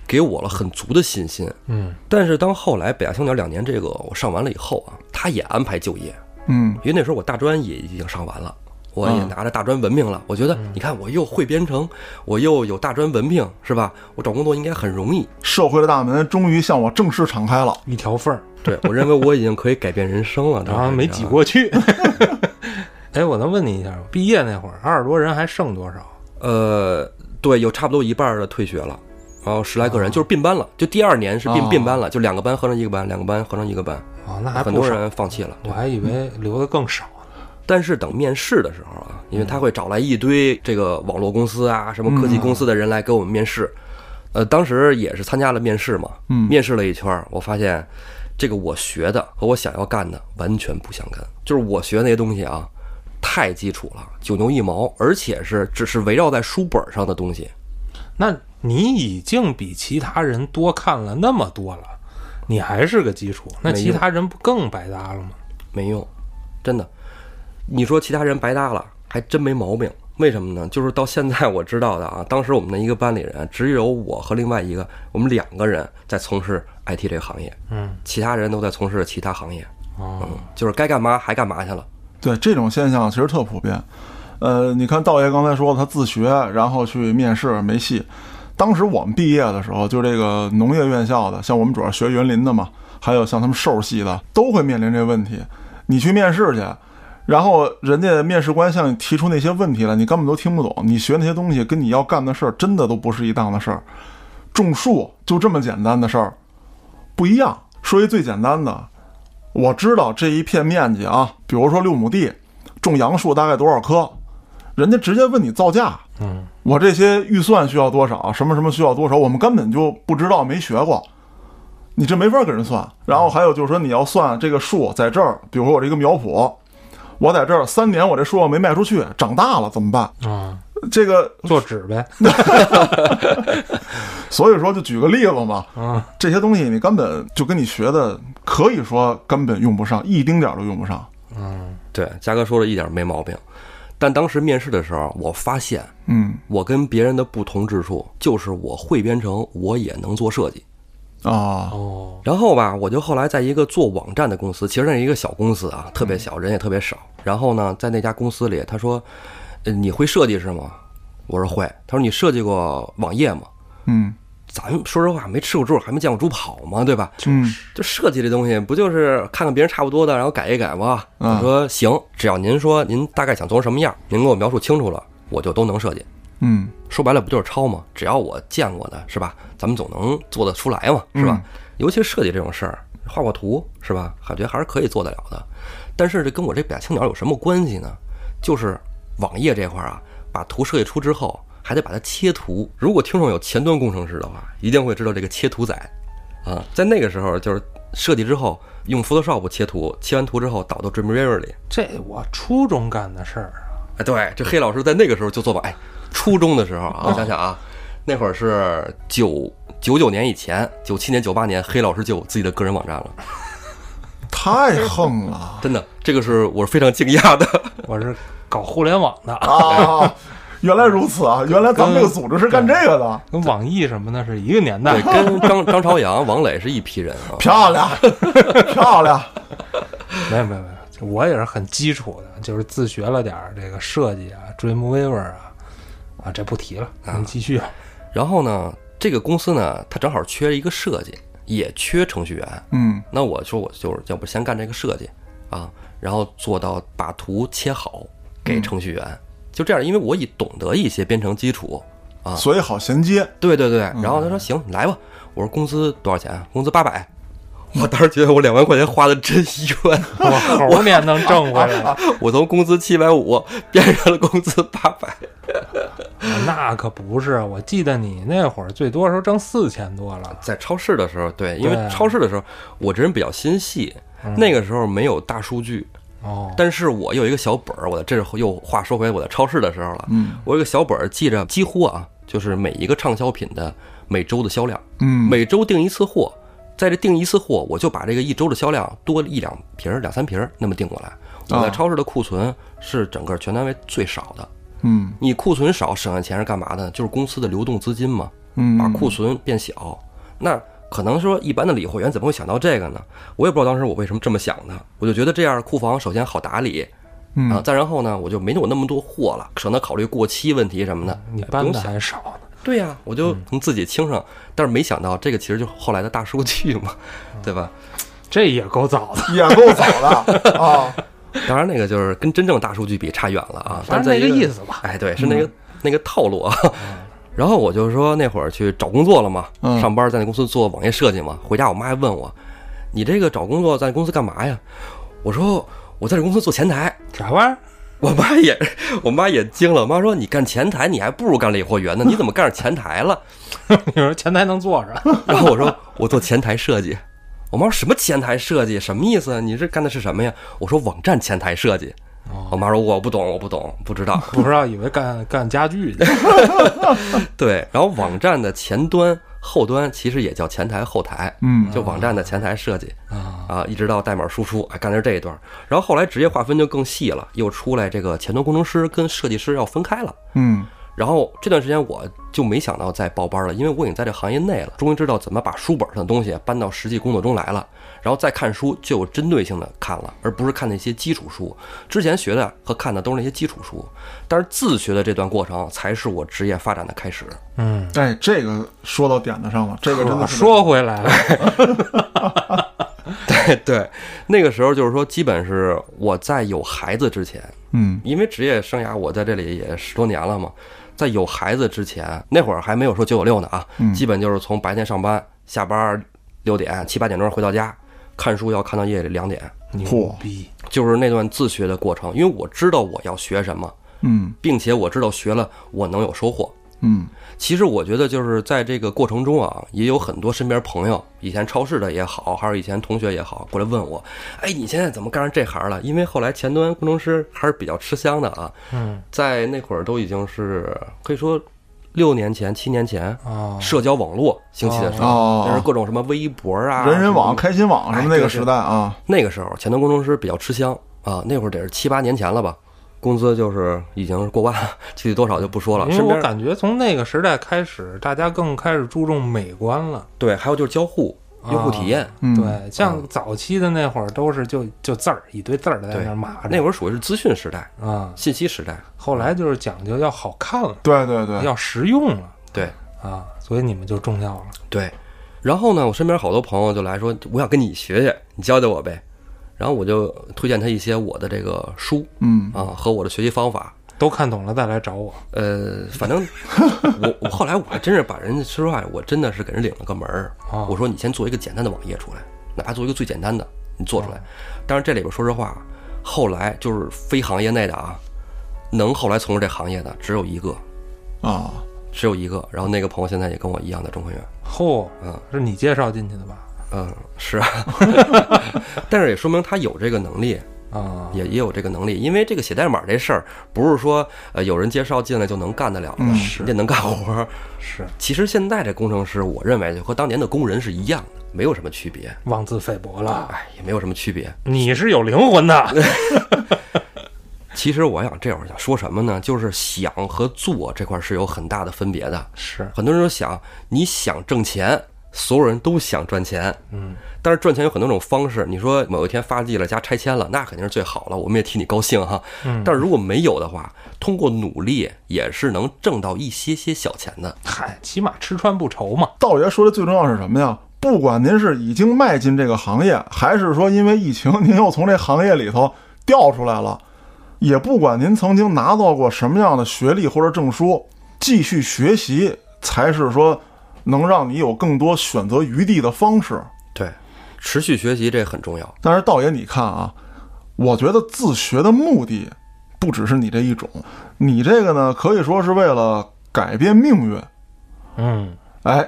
[SPEAKER 7] 给我了很足的信心。
[SPEAKER 6] 嗯，
[SPEAKER 7] 但是当后来北大青鸟两年这个我上完了以后啊，他也安排就业，
[SPEAKER 5] 嗯
[SPEAKER 7] 因为那时候我大专也已经上完了。我
[SPEAKER 6] 嗯
[SPEAKER 7] 也拿着大专文凭了，我觉得你看我又会编程，我又有大专文凭，是吧？我找工作应该很容易。
[SPEAKER 5] 社会的大门终于向我正式敞开了，
[SPEAKER 6] 一条缝儿，
[SPEAKER 7] 对我认为我已经可以改变人生了，
[SPEAKER 6] 然后没挤
[SPEAKER 7] 过。
[SPEAKER 6] 过去。 哎，我能问你一下吗？毕业那会儿二十多人还剩多少？
[SPEAKER 7] 呃，对，有差不多一半儿的退学了，然后十来
[SPEAKER 6] 哦
[SPEAKER 7] 个人、就是并班了，就第二年是并、
[SPEAKER 5] 哦
[SPEAKER 7] 并班了，就两个班合成一个班，两个班合成一个班，
[SPEAKER 6] 哦，那还
[SPEAKER 7] 很
[SPEAKER 6] 不
[SPEAKER 7] 多
[SPEAKER 6] 少，
[SPEAKER 7] 人放弃了。
[SPEAKER 6] 我还以为留的更少呢。
[SPEAKER 7] 但是等面试的时候啊，因为他会找来一堆这个网络公司啊、什么科技公司的人来给我们面试，呃，当时也是参加了面试嘛，
[SPEAKER 5] 嗯
[SPEAKER 7] 面试了一圈儿，我发现这个我学的和我想要干的完全不相干，就是我学那些东西啊，太基础了，九牛一毛，而且是只是围绕在书本上的东西。
[SPEAKER 6] 那你已经比其他人多看了那么多了，你还是个基础，那
[SPEAKER 7] 没
[SPEAKER 6] 其
[SPEAKER 7] 用
[SPEAKER 6] 他人不更白搭了吗？
[SPEAKER 7] 没用，真的。你说其他人白搭了，还真没毛病。为什么呢？就是到现在我知道的啊，当时我们的一个班里人，只有我和另外一个，我们两个人在从事 IT 这个行业，
[SPEAKER 6] 嗯，
[SPEAKER 7] 其他人都在从事其他行业，嗯
[SPEAKER 6] 哦，
[SPEAKER 7] 就是该干嘛还干嘛去了。
[SPEAKER 5] 对这种现象其实特普遍。呃，你看道爷刚才说他自学，然后去面试没戏。当时我们毕业的时候，就这个农业院校的，像我们主要学园林的嘛，还有像他们兽系的，都会面临这问题。你去面试去，然后人家面试官向你提出那些问题来，你根本都听不懂。你学那些东西跟你要干的事儿，真的都不是一档子事儿。种树就这么简单的事儿，不一样。说一最简单的，我知道这一片面积啊，比如说六亩地，种杨树大概多少棵，人家直接问你造价，
[SPEAKER 6] 嗯，
[SPEAKER 5] 我这些预算需要多少，什么什么需要多少，我们根本就不知道，没学过。你这没法给人算。然后还有就是说，你要算这个树在这儿，比如说我这个苗圃，我在这儿三年，我这树要没卖出去，长大了怎么办？
[SPEAKER 6] 啊，
[SPEAKER 5] 这个，
[SPEAKER 6] 做纸呗，
[SPEAKER 5] 所以说就举个例子嘛，
[SPEAKER 6] 啊，
[SPEAKER 5] 这些东西你根本就跟你学的，可以说根本用不上，一丁点儿都用不上。
[SPEAKER 7] 对，嘉哥说的一点没毛病。但当时面试的时候，我发现
[SPEAKER 5] 嗯
[SPEAKER 7] 我跟别人的不同之处就是我会编程，我也能做设计。
[SPEAKER 5] 啊，
[SPEAKER 6] 哦，
[SPEAKER 7] 然后吧，我就后来在一个做网站的公司，其实那是一个小公司啊，特别小，人也特别少。然后呢，在那家公司里，他说：“呃，你会设计是吗？”我说会。他说：“你设计过网页吗
[SPEAKER 5] 嗯？”
[SPEAKER 7] 咱们说实话，没吃过猪，还没见过猪跑嘛，对吧？
[SPEAKER 5] 嗯
[SPEAKER 7] 就设计这东西，不就是看看别人差不多的，然后改一改吗？
[SPEAKER 5] 嗯
[SPEAKER 7] 我说行，只要您说您大概想做成什么样，您给我描述清楚了，我就都能设计。
[SPEAKER 5] 嗯
[SPEAKER 7] 说白了不就是抄吗？只要我见过的，是吧？咱们总能做得出来嘛，是吧？尤其是设计这种事儿，画画图是吧？感觉还是可以做得了的。但是这跟我这俩青鸟有什么关系呢？就是网页这块儿啊，把图设计出之后，还得把它切图。如果听众有前端工程师的话，一定会知道这个切图仔啊，在那个时候就是设计之后用 Photoshop 切图，切完图之后导到 Dreamweaver 里，
[SPEAKER 6] 这我初中干的事儿啊，
[SPEAKER 7] 哎，对，这黑老师在那个时候就做吧。哎，初中的时候啊，我想想啊，那会儿是九九九年以前，九七年、九八年，黑老师就有自己的个人网站了。
[SPEAKER 5] 太横了
[SPEAKER 7] 真的，这个是我非常惊讶的。
[SPEAKER 6] 我是搞互联网的，
[SPEAKER 5] 啊！原来如此啊！原来咱们这个组织是干这个的，
[SPEAKER 6] 跟网易什么的是一个年代
[SPEAKER 7] 对，，跟张张朝阳、王磊是一批人啊。
[SPEAKER 5] 漂 亮，漂亮。
[SPEAKER 6] 没有没有没有，我也是很基础的，就是自学了点儿这个设计啊，Dreamweaver 啊，啊，这不提了，您继 续。
[SPEAKER 7] 然后呢，这个公司呢，它正好缺一个设计，也缺程序员。
[SPEAKER 5] 嗯
[SPEAKER 7] 那我说我就是要不先干这个设计啊，然后做到把图切好给程序员，就这样，因为我也懂得一些编程基础啊，
[SPEAKER 5] 所以好衔接。
[SPEAKER 7] 对对对，然后他说行，你来吧。我说工资多少钱啊？工资八百。 我当时觉得我两万块钱花的真冤，
[SPEAKER 6] 我猴年能挣回 来，
[SPEAKER 7] 我从工资七百五变成了工资八百。
[SPEAKER 6] 那可不是。啊我记得你那会儿最多时候挣四千多了，
[SPEAKER 7] 在超市的时候，对，嗯因
[SPEAKER 6] 对啊
[SPEAKER 7] 为超市的时候我这人比较心细，那个时候没有大数据，
[SPEAKER 6] 哦，
[SPEAKER 7] 但是我有一个小本儿，我的这是又话说回我在超市的时候了，
[SPEAKER 5] 嗯
[SPEAKER 7] 我有一个小本儿记着几乎啊，就是每一个畅销品的每周的销量，
[SPEAKER 5] 嗯
[SPEAKER 7] 每周订一次货，在这订一次货，我就把这个一周的销量多一两瓶儿、两三瓶儿那么订过来。
[SPEAKER 5] 啊
[SPEAKER 7] 我在超市的库存是整个全单位最少的，
[SPEAKER 5] 嗯
[SPEAKER 7] 你库存少，省下钱是干嘛的呢？就是公司的流动资金嘛，
[SPEAKER 5] 嗯，
[SPEAKER 7] 把库存变小。那可能说一般的理货员怎么会想到这个呢？我也不知道当时我为什么这么想的，我就觉得这样库房首先好打理。
[SPEAKER 5] 嗯
[SPEAKER 7] 啊，再然后呢，我就没有那么多货了，省得考虑过期问题什么的。
[SPEAKER 6] 你
[SPEAKER 7] 哎不
[SPEAKER 6] 搬
[SPEAKER 7] 用
[SPEAKER 6] 嗯的
[SPEAKER 7] 想
[SPEAKER 6] 还少呢。
[SPEAKER 7] 对呀、我
[SPEAKER 6] 嗯
[SPEAKER 7] 就从自己清上，但是没想到这个其实就是后来的大数据嘛，
[SPEAKER 6] 嗯
[SPEAKER 7] 对吧？
[SPEAKER 6] 这也够早的，
[SPEAKER 5] 也够早的 啊。
[SPEAKER 7] 当然那个就是跟真正大数据比差远了啊，
[SPEAKER 6] 反
[SPEAKER 7] 但
[SPEAKER 6] 正
[SPEAKER 7] 在
[SPEAKER 6] 那
[SPEAKER 7] 一
[SPEAKER 6] 个意思吧。嗯
[SPEAKER 7] 哎，对，是那个、那个套路啊。 然后我就说那会儿去找工作了嘛，
[SPEAKER 5] 嗯
[SPEAKER 7] 上班在那公司做网页设计嘛，回家我妈还问我，你这个找工作在公司干嘛呀？我说我在这公司做前台。
[SPEAKER 6] 啥玩意儿？
[SPEAKER 7] 我妈也， 我妈也惊了。我妈说：“你干前台，你还不如干理货员呢，你怎么干上前台了？”
[SPEAKER 6] 你说前台能坐 着？
[SPEAKER 7] 然后我说我做前台设计，我妈说什么前台设计什么意思啊？你这干的是什么呀？我说网站前台设计。我妈说我不懂，我不懂，不知道。
[SPEAKER 6] 不知道以为干干家具 去。
[SPEAKER 7] 对，然后网站的前端、后端其实也叫前台、后台，
[SPEAKER 5] 嗯
[SPEAKER 7] 就网站的前台设计
[SPEAKER 6] 嗯
[SPEAKER 7] 啊，一直到代码输出，啊，干的是这一段儿。然后后来职业划分就更细了，又出来这个前端工程师跟设计师要分开了。
[SPEAKER 5] 嗯
[SPEAKER 7] 然后这段时间我就没想到再报班了，因为我已经在这行业内了，终于知道怎么把书本上的东西搬到实际工作中来了。然后再看书就有针对性的看了，而不是看那些基础书。之前学的和看的都是那些基础书，但是自学的这段过程才是我职业发展的开始。
[SPEAKER 6] 嗯，
[SPEAKER 5] 哎，这个说到点子上了，这个真的
[SPEAKER 6] 可
[SPEAKER 5] 是
[SPEAKER 6] 说回 来了，
[SPEAKER 7] 对对，那个时候就是说，基本是我在有孩子之前，
[SPEAKER 5] 嗯
[SPEAKER 7] 因为职业生涯我在这里也十多年了嘛，在有孩子之前，那会儿还没有说九九六呢啊，基本就是从白天上班，下班六点七八点钟回到家，看书要看到夜里两点，
[SPEAKER 6] 牛
[SPEAKER 5] 嚯
[SPEAKER 6] 逼，
[SPEAKER 7] 就是那段自学的过程。因为我知道我要学什么，
[SPEAKER 5] 嗯
[SPEAKER 7] 并且我知道学了我能有收获。
[SPEAKER 5] 嗯
[SPEAKER 7] 其实我觉得就是在这个过程中啊，也有很多身边朋友，以前超市的也好，还有以前同学也好，过来问我，哎，你现在怎么干上这行了？因为后来前端工程师还是比较吃香的啊，
[SPEAKER 6] 嗯
[SPEAKER 7] 在那会儿都已经是可以说六年前、七年前，
[SPEAKER 6] 啊，
[SPEAKER 7] 社交网络兴起的时候，
[SPEAKER 5] 哦
[SPEAKER 7] 那是各种什么微博啊、
[SPEAKER 5] 人人
[SPEAKER 7] 什
[SPEAKER 5] 网、
[SPEAKER 7] 么
[SPEAKER 5] 开心网什么那个时代啊，
[SPEAKER 7] 那个时候前端工程师比较吃香啊，那会儿得是七八年前了吧，工资就是已经是过万，具体多少就不说了。
[SPEAKER 6] 因为
[SPEAKER 7] 身边
[SPEAKER 6] 我感觉从那个时代开始，大家更开始注重美观了。
[SPEAKER 7] 对，还有就是交互、用户体验。
[SPEAKER 5] 嗯，
[SPEAKER 6] 对，像早期的那会儿都是就就字儿一堆字儿在那儿码
[SPEAKER 7] 那
[SPEAKER 6] 着
[SPEAKER 7] 会儿属于是资讯时代、
[SPEAKER 6] 啊，
[SPEAKER 7] 信息时代。
[SPEAKER 6] 后来就是讲究要好看了，
[SPEAKER 5] 对对对，
[SPEAKER 6] 要实用了
[SPEAKER 7] 对
[SPEAKER 6] 啊，所以你们就重要了。
[SPEAKER 7] 对，然后呢，我身边好多朋友就来说，我想跟你学学，你教教我呗。然后我就推荐他一些我的这个书
[SPEAKER 5] 嗯
[SPEAKER 7] 啊和我的学习方法。
[SPEAKER 6] 都看懂了再来找我，
[SPEAKER 7] 呃，反正我我后来我还真是把人家，说实话，我真的是给人领了个门儿
[SPEAKER 6] 哦。
[SPEAKER 7] 我说你先做一个简单的网页出来，哪怕做一个最简单的，你做出来。但是这里边说实话，后来就是非行业内的啊，能后来从事这行业的只有一个，
[SPEAKER 5] 啊，
[SPEAKER 7] 只有一个。然后那个朋友现在也跟我一样在中科院，
[SPEAKER 6] 嚯
[SPEAKER 7] 嗯，
[SPEAKER 6] 是你介绍进去的吧？
[SPEAKER 7] 嗯，是啊， 但是也说明他有这个能力，
[SPEAKER 6] 啊，
[SPEAKER 7] 也也有这个能力，因为这个写代码这事儿不是说呃有人介绍进来就能干得了的，
[SPEAKER 5] 嗯
[SPEAKER 7] 人家能干活儿。
[SPEAKER 6] 是
[SPEAKER 7] 其实现在这工程师，我认为就和当年的工人是一样的，没有什么区别，
[SPEAKER 6] 妄自菲薄了。
[SPEAKER 7] 哎，也没有什么区别。
[SPEAKER 6] 你是有灵魂 的，
[SPEAKER 7] 其实我想这会儿想说什么呢？就是想和做这块儿是有很大的分别的。
[SPEAKER 6] 是
[SPEAKER 7] 很多人都想，你想挣钱，所有人都想赚钱，嗯，但是赚钱有很多种方式。你说某一天发迹了加拆迁了，那肯定是最好了，我们也替你高兴哈。嗯，但是如果没有的话，通过努力也是能挣到一些些小钱的。
[SPEAKER 6] 嗨，起码吃穿不愁嘛。
[SPEAKER 5] 道爷说的最重要是什么呀？不管您是已经迈进这个行业，还是说因为疫情您又从这行业里头掉出来了，也不管您曾经拿到过什么样的学历或者证书，继续学习才是说能让你有更多选择余地的方式。
[SPEAKER 7] 对，持续学习这很重要。
[SPEAKER 5] 但是道爷，你看啊，我觉得自学的目的不只是你这一种，你这个呢可以说是为了改变命运。
[SPEAKER 6] 嗯，
[SPEAKER 5] 哎，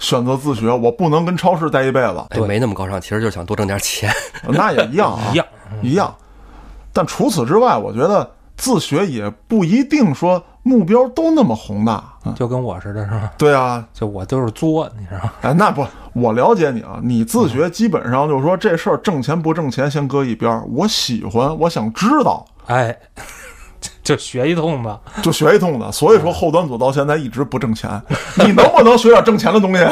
[SPEAKER 5] 选择自学，我不能跟超市待一辈子，
[SPEAKER 7] 哎，没那么高尚，其实就是想多挣点钱。
[SPEAKER 5] 那也一样啊，
[SPEAKER 6] 一样。
[SPEAKER 5] 一样。但除此之外，我觉得自学也不一定说目标都那么宏大。嗯，
[SPEAKER 6] 就跟我似的，是吧？
[SPEAKER 5] 对啊，
[SPEAKER 6] 就我就是作，你知道吗？
[SPEAKER 5] 哎，那不，我了解你啊，你自学基本上就是说这事儿挣钱不挣钱先搁一边儿，我喜欢，我想知道。
[SPEAKER 6] 哎， 就学一通吧。
[SPEAKER 5] 就学一通的，所以说后端组到现在一直不挣 钱。你能不能学点挣钱的东西？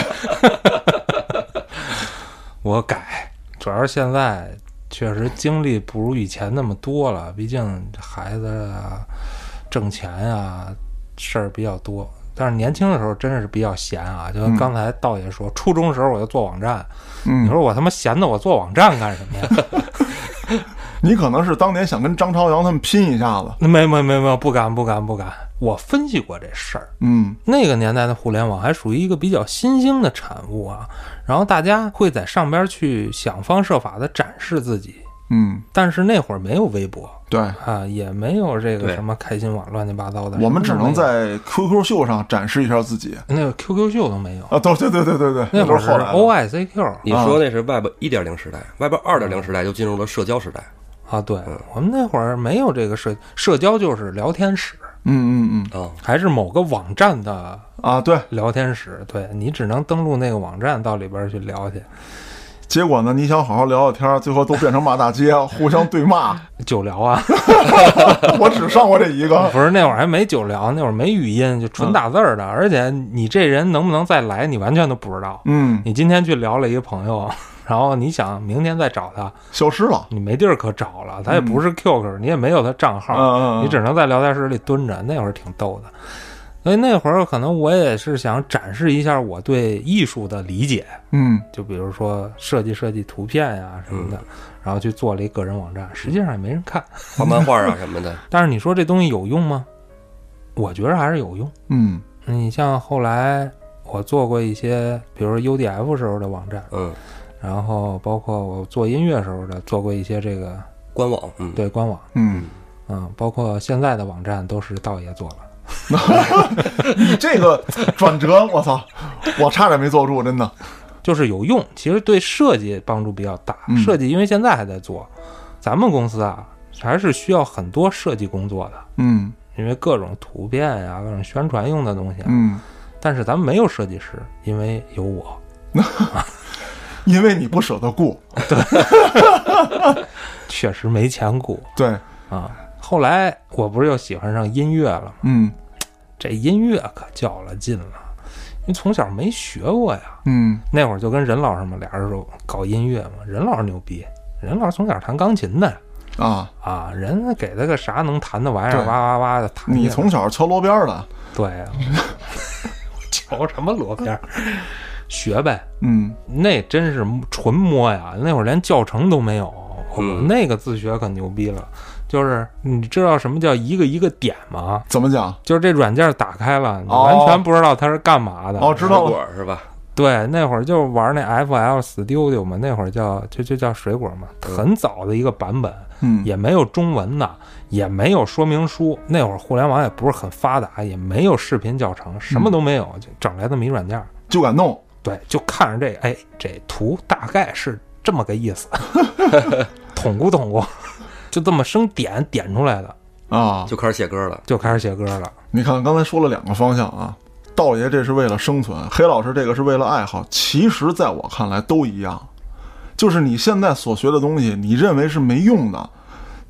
[SPEAKER 6] 我改，主要是现在确实精力不如以前那么多了，毕竟孩子啊、挣钱啊事儿比较多。但是年轻的时候真是比较闲啊，就跟刚才道爷说，初中时候我就做网站，
[SPEAKER 5] 嗯
[SPEAKER 6] 你说我他妈闲的我做网站干什么呀？
[SPEAKER 5] 你可能是当年想跟张朝阳他们拼一下子。
[SPEAKER 6] 没没没没，不敢不敢不敢。我分析过这事儿，
[SPEAKER 5] 嗯
[SPEAKER 6] 那个年代的互联网还属于一个比较新兴的产物啊，然后大家会在上边去想方设法的展示自己，
[SPEAKER 5] 嗯，
[SPEAKER 6] 但是那会儿没有微博
[SPEAKER 5] 对，
[SPEAKER 6] 啊，也没有这个
[SPEAKER 7] 对
[SPEAKER 6] 什么开心网乱七八糟的，
[SPEAKER 5] 我们只
[SPEAKER 6] 什么
[SPEAKER 5] 能
[SPEAKER 6] 都没有
[SPEAKER 5] 在 QQ 秀上展示一下自己
[SPEAKER 6] 那个 QQ 秀都没有，
[SPEAKER 5] 啊。都对对对对对，
[SPEAKER 6] 那会
[SPEAKER 5] 都
[SPEAKER 6] 儿
[SPEAKER 5] 是
[SPEAKER 6] 是
[SPEAKER 5] 后来的
[SPEAKER 6] OICQ
[SPEAKER 7] 你说那是 Web 一点零时代，Web 二点零时代就进入了社交时代。
[SPEAKER 6] 啊，对
[SPEAKER 5] 嗯
[SPEAKER 6] 我们那会儿没有这个社社交就是聊天室，
[SPEAKER 5] 嗯嗯嗯
[SPEAKER 7] 啊、
[SPEAKER 6] 还是某个网站的
[SPEAKER 5] 啊，对。
[SPEAKER 6] 聊天室，对你只能登录那个网站到里边去聊去，
[SPEAKER 5] 结果呢，你想好好聊聊天儿，最后都变成骂大街，互相对骂。
[SPEAKER 6] 就聊啊。
[SPEAKER 5] 我只上过这一个。
[SPEAKER 6] 不是那会儿还没酒聊，那会儿没语音，就
[SPEAKER 5] 嗯
[SPEAKER 6] 纯打字儿的。而且你这人能不能再来，你完全都不知道。
[SPEAKER 5] 嗯，
[SPEAKER 6] 你今天去聊了一个朋友，然后你想明天再找他，
[SPEAKER 5] 消失了。
[SPEAKER 6] 你没地儿可找了，他也不是 QQ，、你也没有他账号，
[SPEAKER 5] 嗯嗯嗯嗯
[SPEAKER 6] 你只能在聊天室里蹲着。那会儿挺逗的，所以那会儿可能我也是想展示一下我对艺术的理解，
[SPEAKER 5] 嗯，
[SPEAKER 6] 就比如说设计设计图片呀、什么的，然后去做了一个人网站，实际上也没人看。
[SPEAKER 7] 画漫画啊什么的，
[SPEAKER 6] 但是你说这东西有用吗？我觉着还是有用。
[SPEAKER 5] 嗯
[SPEAKER 6] 你像后来我我做过一些，比如说 UDF 时候的网站，
[SPEAKER 7] 嗯，
[SPEAKER 6] 然后包括我做音乐时候的做过一些这个
[SPEAKER 7] 官网，嗯，，
[SPEAKER 6] 对官网，
[SPEAKER 5] 嗯，
[SPEAKER 6] 嗯，包括现在的网站都是道爷做了。
[SPEAKER 5] 你这个转折，我操，我差点没坐住，真的。
[SPEAKER 6] 就是有用，其实对设计帮助比较大。
[SPEAKER 5] 嗯
[SPEAKER 6] 设计因为现在还在做，咱们公司啊还是需要很多设计工作的，
[SPEAKER 5] 嗯
[SPEAKER 6] 因为各种图片呀、各种宣传用的东西啊、
[SPEAKER 5] 嗯，
[SPEAKER 6] 但是咱们没有设计师，因为有我。
[SPEAKER 5] 因为你不舍得顾，
[SPEAKER 6] 确实没钱雇
[SPEAKER 5] 对，
[SPEAKER 6] 啊。后来我不是又喜欢上音乐了吗？
[SPEAKER 5] 嗯
[SPEAKER 6] 这音乐可较了劲了，因为从小没学过呀。
[SPEAKER 5] 嗯
[SPEAKER 6] 那会儿就跟任老师嘛，俩人说搞音乐嘛，任老师牛逼，任老师从小弹钢琴的。
[SPEAKER 5] 啊，
[SPEAKER 6] 啊，人给他个啥能弹的玩意儿，
[SPEAKER 5] 对
[SPEAKER 6] 哇哇哇的弹去了。
[SPEAKER 5] 你从小敲锣边儿的，
[SPEAKER 6] 对 啊，我瞧什么锣片儿，学呗，
[SPEAKER 5] 嗯
[SPEAKER 6] 那真是纯摸呀。那会儿连教程都没有，我
[SPEAKER 7] 嗯
[SPEAKER 6] 那个自学可牛逼了。就是你知道什么叫一个一个点吗？
[SPEAKER 5] 怎么讲？
[SPEAKER 6] 就是这软件打开了，你
[SPEAKER 5] 哦
[SPEAKER 6] 完全不知道它是干嘛的。
[SPEAKER 5] 哦，知道了，
[SPEAKER 7] 果是吧？
[SPEAKER 6] 对，那会儿就玩那 FL 死丢丢嘛，那会儿叫就就叫水果嘛，很早的一个版本。
[SPEAKER 5] 嗯，
[SPEAKER 6] 也没有中文的，也没有说明书。那会儿互联网也不是很发达，也没有视频教程，什么都没有，就整来这么一软件儿。
[SPEAKER 5] 就敢弄，
[SPEAKER 6] 对，就看着这，哎，这图大概是这么个意思，捅咕捅咕，就这么生点点出来的，
[SPEAKER 5] 啊！
[SPEAKER 7] 就开始写歌了，
[SPEAKER 6] 就开始写歌了。
[SPEAKER 5] 你看刚才说了两个方向啊，道爷这是为了生存，黑老师这个是为了爱好。其实，在我看来都一样，就是你现在所学的东西，你认为是没用的，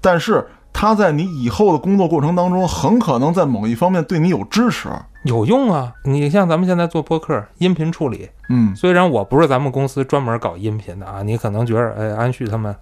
[SPEAKER 5] 但是它在你以后的工作过程当中，很可能在某一方面对你有支持。
[SPEAKER 6] 有用啊！你像咱们现在做播客，音频处理，
[SPEAKER 5] 嗯
[SPEAKER 6] 虽然我不是咱们公司专门搞音频的啊，你可能觉得，哎，安旭他们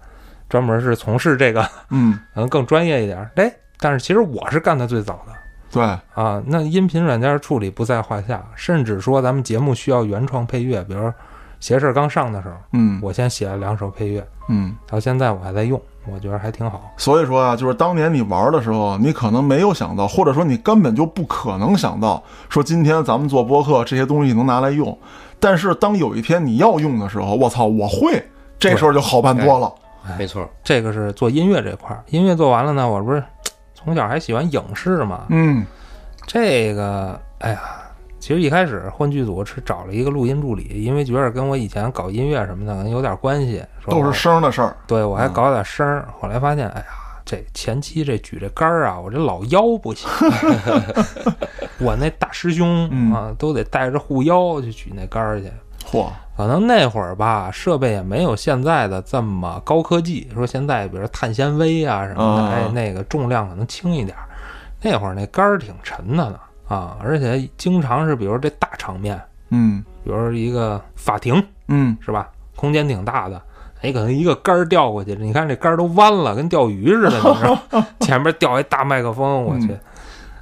[SPEAKER 6] 专门是从事这个，
[SPEAKER 5] 嗯，
[SPEAKER 6] 可能更专业一点儿。哎，但是其实我是干的最早的，
[SPEAKER 5] 对，
[SPEAKER 6] 啊，那音频软件处理不在话下，甚至说咱们节目需要原创配乐，比如邪事儿刚上的时候，
[SPEAKER 5] 嗯
[SPEAKER 6] 我先写了两首配乐，
[SPEAKER 5] 嗯。
[SPEAKER 6] 到现在我还在用，我觉得还挺好。
[SPEAKER 5] 所以说啊，就是当年你玩的时候，你可能没有想到，或者说你根本就不可能想到，说今天咱们做播客这些东西能拿来用。但是当有一天你要用的时候，我操，我会，这事儿就好办多了。
[SPEAKER 7] 没错，
[SPEAKER 6] 这个是做音乐这块儿，音乐做完了呢，我不是从小还喜欢影视嘛，
[SPEAKER 5] 嗯
[SPEAKER 6] 这个哎呀。其实一开始混剧组是找了一个录音助理，因为觉得跟我以前搞音乐什么的可能有点关系，说
[SPEAKER 5] 都
[SPEAKER 6] 我
[SPEAKER 5] 是声儿嗯的事儿。
[SPEAKER 6] 对我还搞点声儿，后来发现，哎呀，这前期这举这杆儿啊，我这老腰 不行，我那大师兄
[SPEAKER 5] 嗯
[SPEAKER 6] 啊，都得带着护腰去举那杆儿去。
[SPEAKER 5] 嚯，
[SPEAKER 6] 可能那会儿吧，设备也没有现在的这么高科技。说现在，比如碳纤维啊什么的，
[SPEAKER 5] 啊
[SPEAKER 6] 哎，那个重量可能轻一点儿。那会儿那杆儿挺沉的呢，啊，而且经常是比如这大场面，
[SPEAKER 5] 嗯
[SPEAKER 6] 比如一个法庭，
[SPEAKER 5] 嗯，
[SPEAKER 6] 是吧？空间挺大的，哎，可能一个杆儿掉过去，你看这杆儿都弯了，跟钓鱼似的，你知道吗？ 前面掉一大麦克风，我去
[SPEAKER 5] 嗯，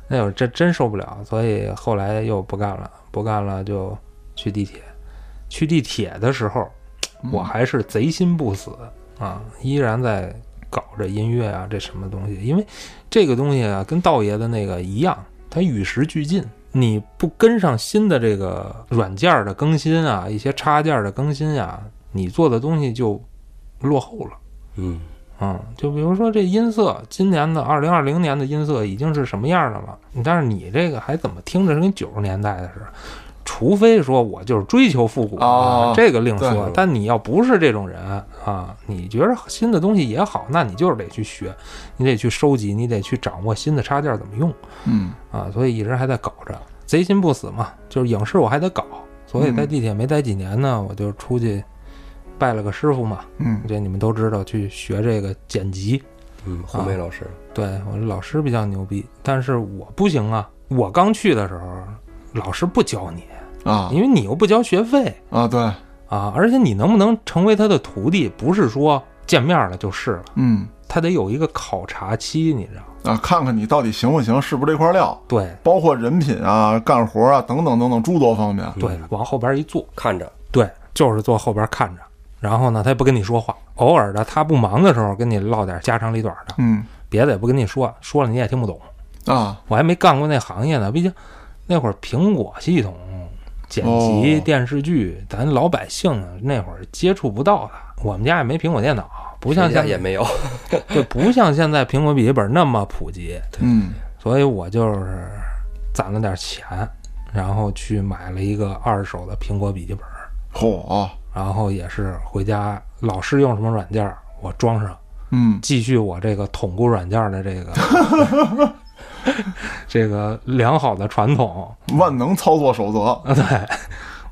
[SPEAKER 6] 那会儿这真受不了，所以后来又不干了，不干了就去地铁。去地铁的时候，
[SPEAKER 5] 嗯
[SPEAKER 6] 我还是贼心不死啊，依然在搞着音乐啊，这什么东西？因为这个东西啊，跟道爷的那个一样，它与时俱进。你不跟上新的这个软件儿的更新啊，一些插件儿的更新啊，你做的东西就落后了。
[SPEAKER 7] 嗯，
[SPEAKER 6] 嗯，就比如说这音色，今年的二零二零年的音色已经是什么样的了？但是你这个还怎么听着是跟九十年代的似的？除非说我就是追求复古、
[SPEAKER 5] 哦
[SPEAKER 6] 啊，这个另说
[SPEAKER 5] 对。
[SPEAKER 6] 但你要不是这种人啊，你觉得新的东西也好，那你就是得去学，你得去收集，你得去掌握新的插件怎么用
[SPEAKER 5] 嗯
[SPEAKER 6] 啊。所以一直还在搞着，贼心不死嘛，就是影视我还得搞。所以在
[SPEAKER 5] 嗯
[SPEAKER 6] 地铁没待几年呢，我就出去拜了个师傅嘛，
[SPEAKER 5] 嗯
[SPEAKER 6] 这你们都知道，去学这个剪辑。啊
[SPEAKER 7] 嗯，红梅老师，
[SPEAKER 6] 对我这老师比较牛逼，但是我不行啊。我刚去的时候，老师不教你，
[SPEAKER 5] 啊
[SPEAKER 6] 因为你又不交学费
[SPEAKER 5] 啊对，
[SPEAKER 6] 啊。而且你能不能成为他的徒弟，不是说见面了就是了，
[SPEAKER 5] 嗯
[SPEAKER 6] 他得有一个考察期，你知道？
[SPEAKER 5] 啊，看看你到底行不行，是不是这块料，
[SPEAKER 6] 对
[SPEAKER 5] 包括人品啊、干活啊等等等等诸多方面。
[SPEAKER 6] 对，往后边一坐，
[SPEAKER 7] 看着，
[SPEAKER 6] 对，就是坐后边看着。然后呢，他也不跟你说话，偶尔的他不忙的时候跟你唠点家长里短的，
[SPEAKER 5] 嗯
[SPEAKER 6] 别的也不跟你说，说了你也听不懂。
[SPEAKER 5] 啊，
[SPEAKER 6] 我还没干过那行业呢，毕竟那会儿苹果系统剪
[SPEAKER 5] 哦
[SPEAKER 6] 辑电视剧，咱老百姓那会儿接触不到它。我们家也没苹果电脑，不像
[SPEAKER 7] 人家
[SPEAKER 6] 现
[SPEAKER 7] 也没有，
[SPEAKER 6] 对，不像现在苹果笔记本那么普及，
[SPEAKER 5] 嗯，
[SPEAKER 6] 所以我就是攒了点钱，然后去买了一个二手的苹果笔记本，
[SPEAKER 5] 嚯啊，
[SPEAKER 6] 然后也是回家老师用什么软件儿我装上，
[SPEAKER 5] 嗯，
[SPEAKER 6] 继续我这个统固软件儿的这个 这个良好的传统。
[SPEAKER 5] 万能操作守则，
[SPEAKER 6] 啊，对，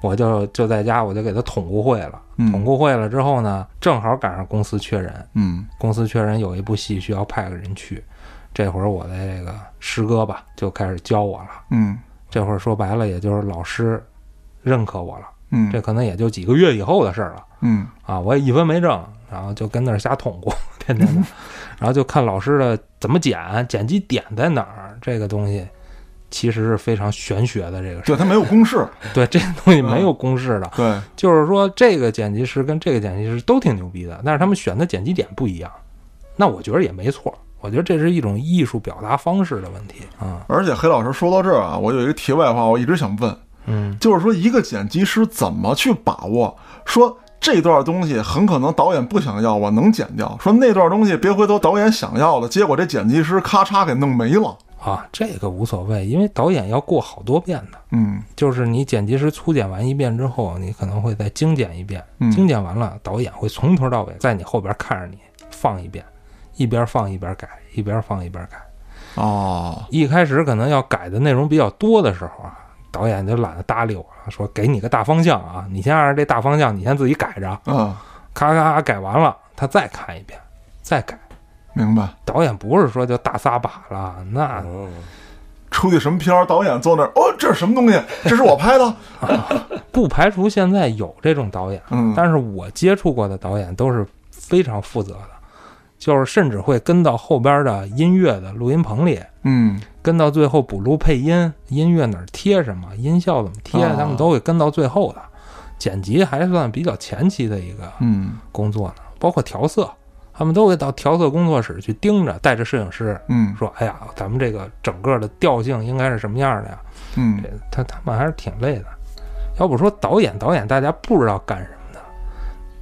[SPEAKER 6] 我就就在家，我就给他统固会了。
[SPEAKER 5] 嗯
[SPEAKER 6] 统固会了之后呢，正好赶上公司缺人，
[SPEAKER 5] 嗯
[SPEAKER 6] 公司缺人有一部戏需要派个人去。这会儿我的这个师哥吧，就开始教我了。
[SPEAKER 5] 嗯
[SPEAKER 6] 这会儿说白了，也就是老师认可我了。
[SPEAKER 5] 嗯，
[SPEAKER 6] 这可能也就几个月以后的事儿了
[SPEAKER 5] 嗯
[SPEAKER 6] 啊！我也一分没挣，然后就跟那儿瞎捅咕，天天 的，然后就看老师的怎么剪，剪辑点在哪儿，这个东西其实是非常玄学的这个事儿。
[SPEAKER 5] 对，它没有公式，
[SPEAKER 6] 对，这个东西没
[SPEAKER 5] 嗯
[SPEAKER 6] 有公式的，
[SPEAKER 5] 对，
[SPEAKER 6] 就是说这个剪辑师跟这个剪辑师都挺牛逼的，但是他们选的剪辑点不一样。那我觉得也没错，我觉得这是一种艺术表达方式的问题啊。
[SPEAKER 5] 而且黑老师说到这儿啊，我有一个题外话，我一直想问，
[SPEAKER 6] 嗯，
[SPEAKER 5] 就是说一个剪辑师怎么去把握说。这段东西很可能导演不想要，我能剪掉。说那段东西别回头导演想要了，结果这剪辑师咔嚓给弄没了。
[SPEAKER 6] 啊，这个无所谓，因为导演要过好多遍的，
[SPEAKER 5] 嗯
[SPEAKER 6] 就是你剪辑师粗剪完一遍之后，你可能会再精简一遍，
[SPEAKER 5] 嗯
[SPEAKER 6] 精简完了，导演会从头到尾在你后边看着你放一遍，一边放一边改，一边放一边改。
[SPEAKER 5] 哦，
[SPEAKER 6] 一开始可能要改的内容比较多的时候啊，导演就懒得搭理我了，说给你个大方向啊，你先按照这大方向，你先自己改着，
[SPEAKER 5] 嗯，
[SPEAKER 6] 咔咔咔改完了，他再看一遍，再改。
[SPEAKER 5] 明白。
[SPEAKER 6] 导演不是说就大撒把了，那
[SPEAKER 7] 嗯
[SPEAKER 5] 出去什么片儿，导演坐那儿，哦，这是什么东西？这是我拍的。
[SPEAKER 6] 不排除现在有这种导演，
[SPEAKER 5] 嗯
[SPEAKER 6] 但是我接触过的导演都是非常负责的，就是甚至会跟到后边的音乐的录音棚里，
[SPEAKER 5] 嗯，
[SPEAKER 6] 跟到最后补录配音，音乐哪儿贴什么，音效怎么贴，
[SPEAKER 5] 啊
[SPEAKER 6] 他们都会跟到最后的。剪辑还算比较前期的一个
[SPEAKER 5] 嗯
[SPEAKER 6] 工作呢，包括调色，他们都会到调色工作室去盯着，带着摄影师
[SPEAKER 5] 嗯
[SPEAKER 6] 说：“哎呀，咱们这个整个的调性应该是什么样的呀
[SPEAKER 5] 嗯？”，
[SPEAKER 6] 他他们还是挺累的。要不说导演导演，大家不知道干什么的，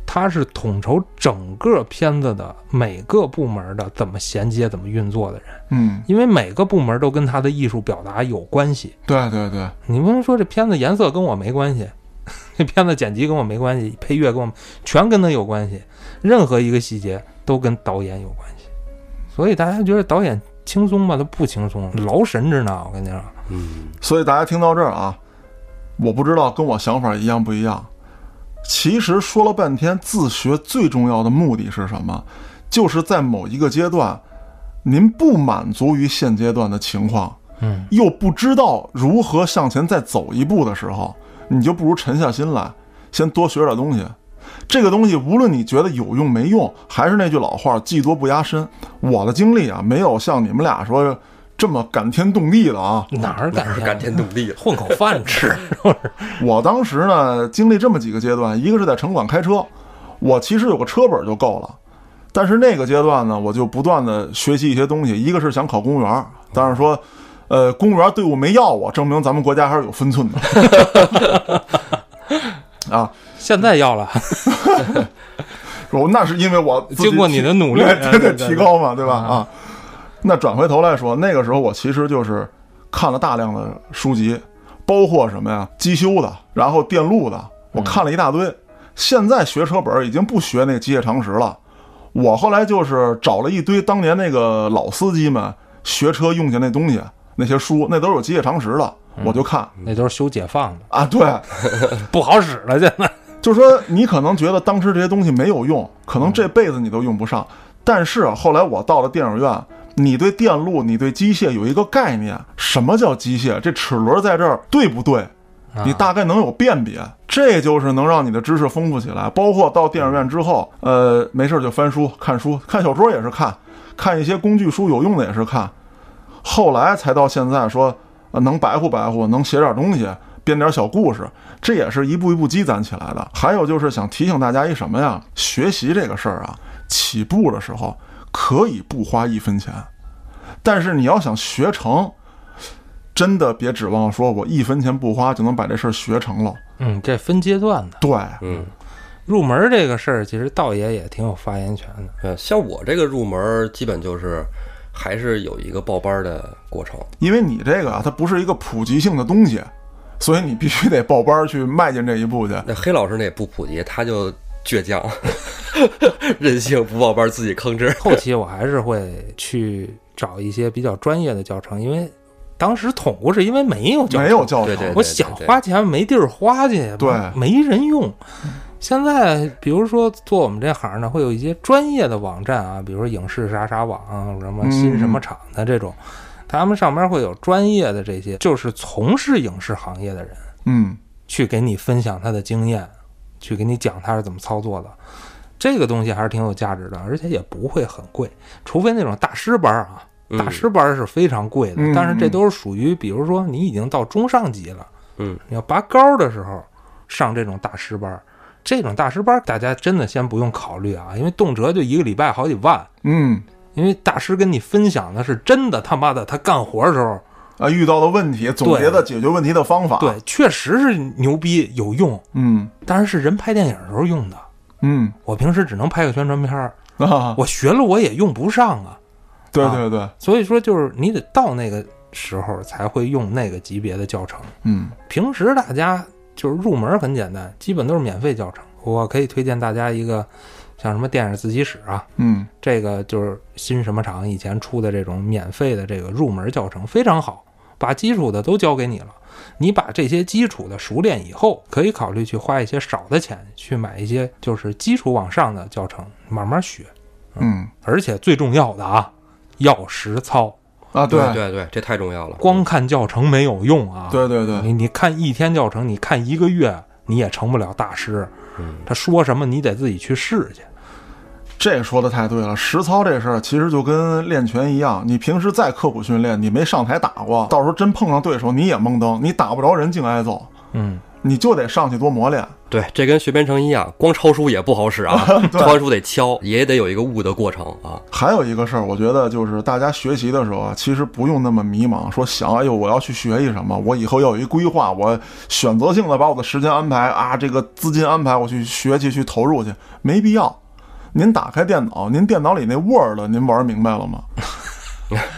[SPEAKER 6] 他是统筹整个片子的每个部门的怎么衔接、怎么运作的人。
[SPEAKER 5] 嗯，
[SPEAKER 6] 因为每个部门都跟他的艺术表达有关系。
[SPEAKER 5] 对对对，
[SPEAKER 6] 你不能说这片子颜色跟我没关系， 这片子剪辑跟我没关系，配乐跟我全跟他有关系，任何一个细节都跟导演有关系。所以大家觉得导演轻松吗？他不轻松，劳神着呢。我跟你说，
[SPEAKER 7] 嗯，
[SPEAKER 5] 所以大家听到这儿啊，我不知道跟我想法一样不一样。其实说了半天，自学最重要的目的是什么？就是在某一个阶段，您不满足于现阶段的情况，
[SPEAKER 6] 嗯，
[SPEAKER 5] 又不知道如何向前再走一步的时候，你就不如沉下心来，先多学点东西。这个东西，无论你觉得有用没用，还是那句老话，技多不压身。我的经历啊，没有像你们俩说这么感天动地的啊。
[SPEAKER 6] 哪儿敢
[SPEAKER 7] 感天动 地了。
[SPEAKER 6] 混口饭吃，
[SPEAKER 5] 我当时呢，经历这么几个阶段，一个是在城管开车，我其实有个车本就够了，但是那个阶段呢，我就不断的学习一些东西，一个是想考公务员，当然说，呃，公务员队伍没要我，证明咱们国家还是有分寸的。 啊，
[SPEAKER 6] 现在要了，
[SPEAKER 5] 我哦那是因为我自己
[SPEAKER 6] 经过你的努力 啊
[SPEAKER 5] 对对
[SPEAKER 6] 对对
[SPEAKER 5] 对，
[SPEAKER 6] 对嗯
[SPEAKER 5] 提高嘛，对吧？啊，那转回头来说，那个时候我其实就是看了大量的书籍，包括什么呀，机修的，然后电路的，我看了一大堆。现在学车本儿已经不学那个机械常识了，我后来就是找了一堆当年那个老司机们学车用的那东西，那些书，那都是有机械常识的，我就看
[SPEAKER 6] 那都是修解放的，
[SPEAKER 5] 啊，对，
[SPEAKER 6] 不好使了。现在，
[SPEAKER 5] 就说你可能觉得当时这些东西没有用，可能这辈子你都用不上。但是啊后来我到了电影院，你对电路、你对机械有一个概念，什么叫机械？这齿轮在这儿对不对？你大概能有辨别，这就是能让你的知识丰富起来。包括到电影院之后，呃，没事就翻书、看书、看小说也是看，看一些工具书有用的也是看。后来才到现在说，呃能白活白活，能写点东西，编点小故事，这也是一步一步积攒起来的。还有就是想提醒大家一什么呀？学习这个事儿啊，起步的时候可以不花一分钱，但是你要想学成，真的别指望说我一分钱不花就能把这事儿学成了。
[SPEAKER 6] 嗯，这分阶段的。
[SPEAKER 5] 对，
[SPEAKER 6] 入门这个事儿，其实道爷也挺有发言权的。
[SPEAKER 7] 呃，像我这个入门儿，基本就是还是有一个报班儿的过程。
[SPEAKER 5] 因为你这个啊，它不是一个普及性的东西，所以你必须得报班儿去迈进这一步去。
[SPEAKER 7] 那黑老师那也不普及，他就倔强， 任性不报班儿，自己 吭哧。
[SPEAKER 6] 后期我还是会去找一些比较专业的教程，因为当时统过是因为没有教程，
[SPEAKER 5] 没有教程，
[SPEAKER 7] 对对
[SPEAKER 6] 我想花钱没地儿花去，
[SPEAKER 5] 对
[SPEAKER 6] 没人用。现在比如说做我们这行呢，会有一些专业的网站啊，比如说影视啥啥网啊、什么
[SPEAKER 7] 嗯
[SPEAKER 6] 新什么厂的这种，他们上面会有专业的这些，就是从事影视行业的人
[SPEAKER 5] 嗯，
[SPEAKER 6] 去给你分享他的经验，去给你讲他是怎么操作的。这个东西还是挺有价值的，而且也不会很贵，除非那种大师班儿啊，
[SPEAKER 7] 嗯
[SPEAKER 6] 大师班儿是非常贵的，
[SPEAKER 5] 嗯
[SPEAKER 6] 但是这都是属于，比如说你已经到中上级了，
[SPEAKER 7] 嗯，
[SPEAKER 6] 你要拔高的时候上这种大师班儿，这种大师班儿大家真的先不用考虑啊，因为动辄就一个礼拜好几万，
[SPEAKER 5] 嗯，
[SPEAKER 6] 因为大师跟你分享的是真的他妈的他干活的时候，
[SPEAKER 5] 啊，遇到的问题，总结的解决问题的方法，
[SPEAKER 7] 啊
[SPEAKER 6] 对，，确实是牛逼有用，
[SPEAKER 5] 嗯
[SPEAKER 6] 当然是人拍电影的时候用的。
[SPEAKER 5] 嗯
[SPEAKER 6] 我平时只能拍个宣传片儿，
[SPEAKER 5] 啊，
[SPEAKER 6] 我学了我也用不上啊。
[SPEAKER 5] 对
[SPEAKER 6] 啊
[SPEAKER 5] 对对，
[SPEAKER 6] 所以说，就是你得到那个时候才会用那个级别的教程。
[SPEAKER 5] 嗯
[SPEAKER 6] 平时大家就是入门很简单，基本都是免费教程。我可以推荐大家一个，像什么电影自习室啊，
[SPEAKER 5] 嗯
[SPEAKER 6] 这个就是新什么厂以前出的这种免费的这个入门教程，非常好，把基础的都教给你了。你把这些基础的熟练以后，可以考虑去花一些少的钱去买一些就是基础往上的教程，慢慢学。
[SPEAKER 5] 嗯
[SPEAKER 6] 而且最重要的啊，要实操，
[SPEAKER 5] 啊，对
[SPEAKER 7] 对对，这太重要了。
[SPEAKER 6] 光看教程没有用啊。
[SPEAKER 5] 对对对
[SPEAKER 6] 你你看一天教程，你看一个月，你也成不了大师。
[SPEAKER 5] 嗯
[SPEAKER 6] 他说什么，你得自己去试去。
[SPEAKER 5] 这说的太对了，实操这事儿其实就跟练拳一样，你平时再刻苦训练，你没上台打过，到时候真碰上对手，你也懵登，你打不着人净挨揍，
[SPEAKER 6] 嗯，
[SPEAKER 5] 你就得上去多磨练。
[SPEAKER 7] 对，这跟学编程一样，光抄书也不好 使啊，抄完书得敲，也得有一个悟的过程啊。
[SPEAKER 5] 还有一个事儿，我觉得就是大家学习的时候啊，其实不用那么迷茫，说想哎呦我要去学一什么，我以后要有一规划，我选择性的把我的时间安排啊，这个资金安排，我去学去去投入去，没必要。您打开电脑，您电脑里那 Word，您玩明白了吗？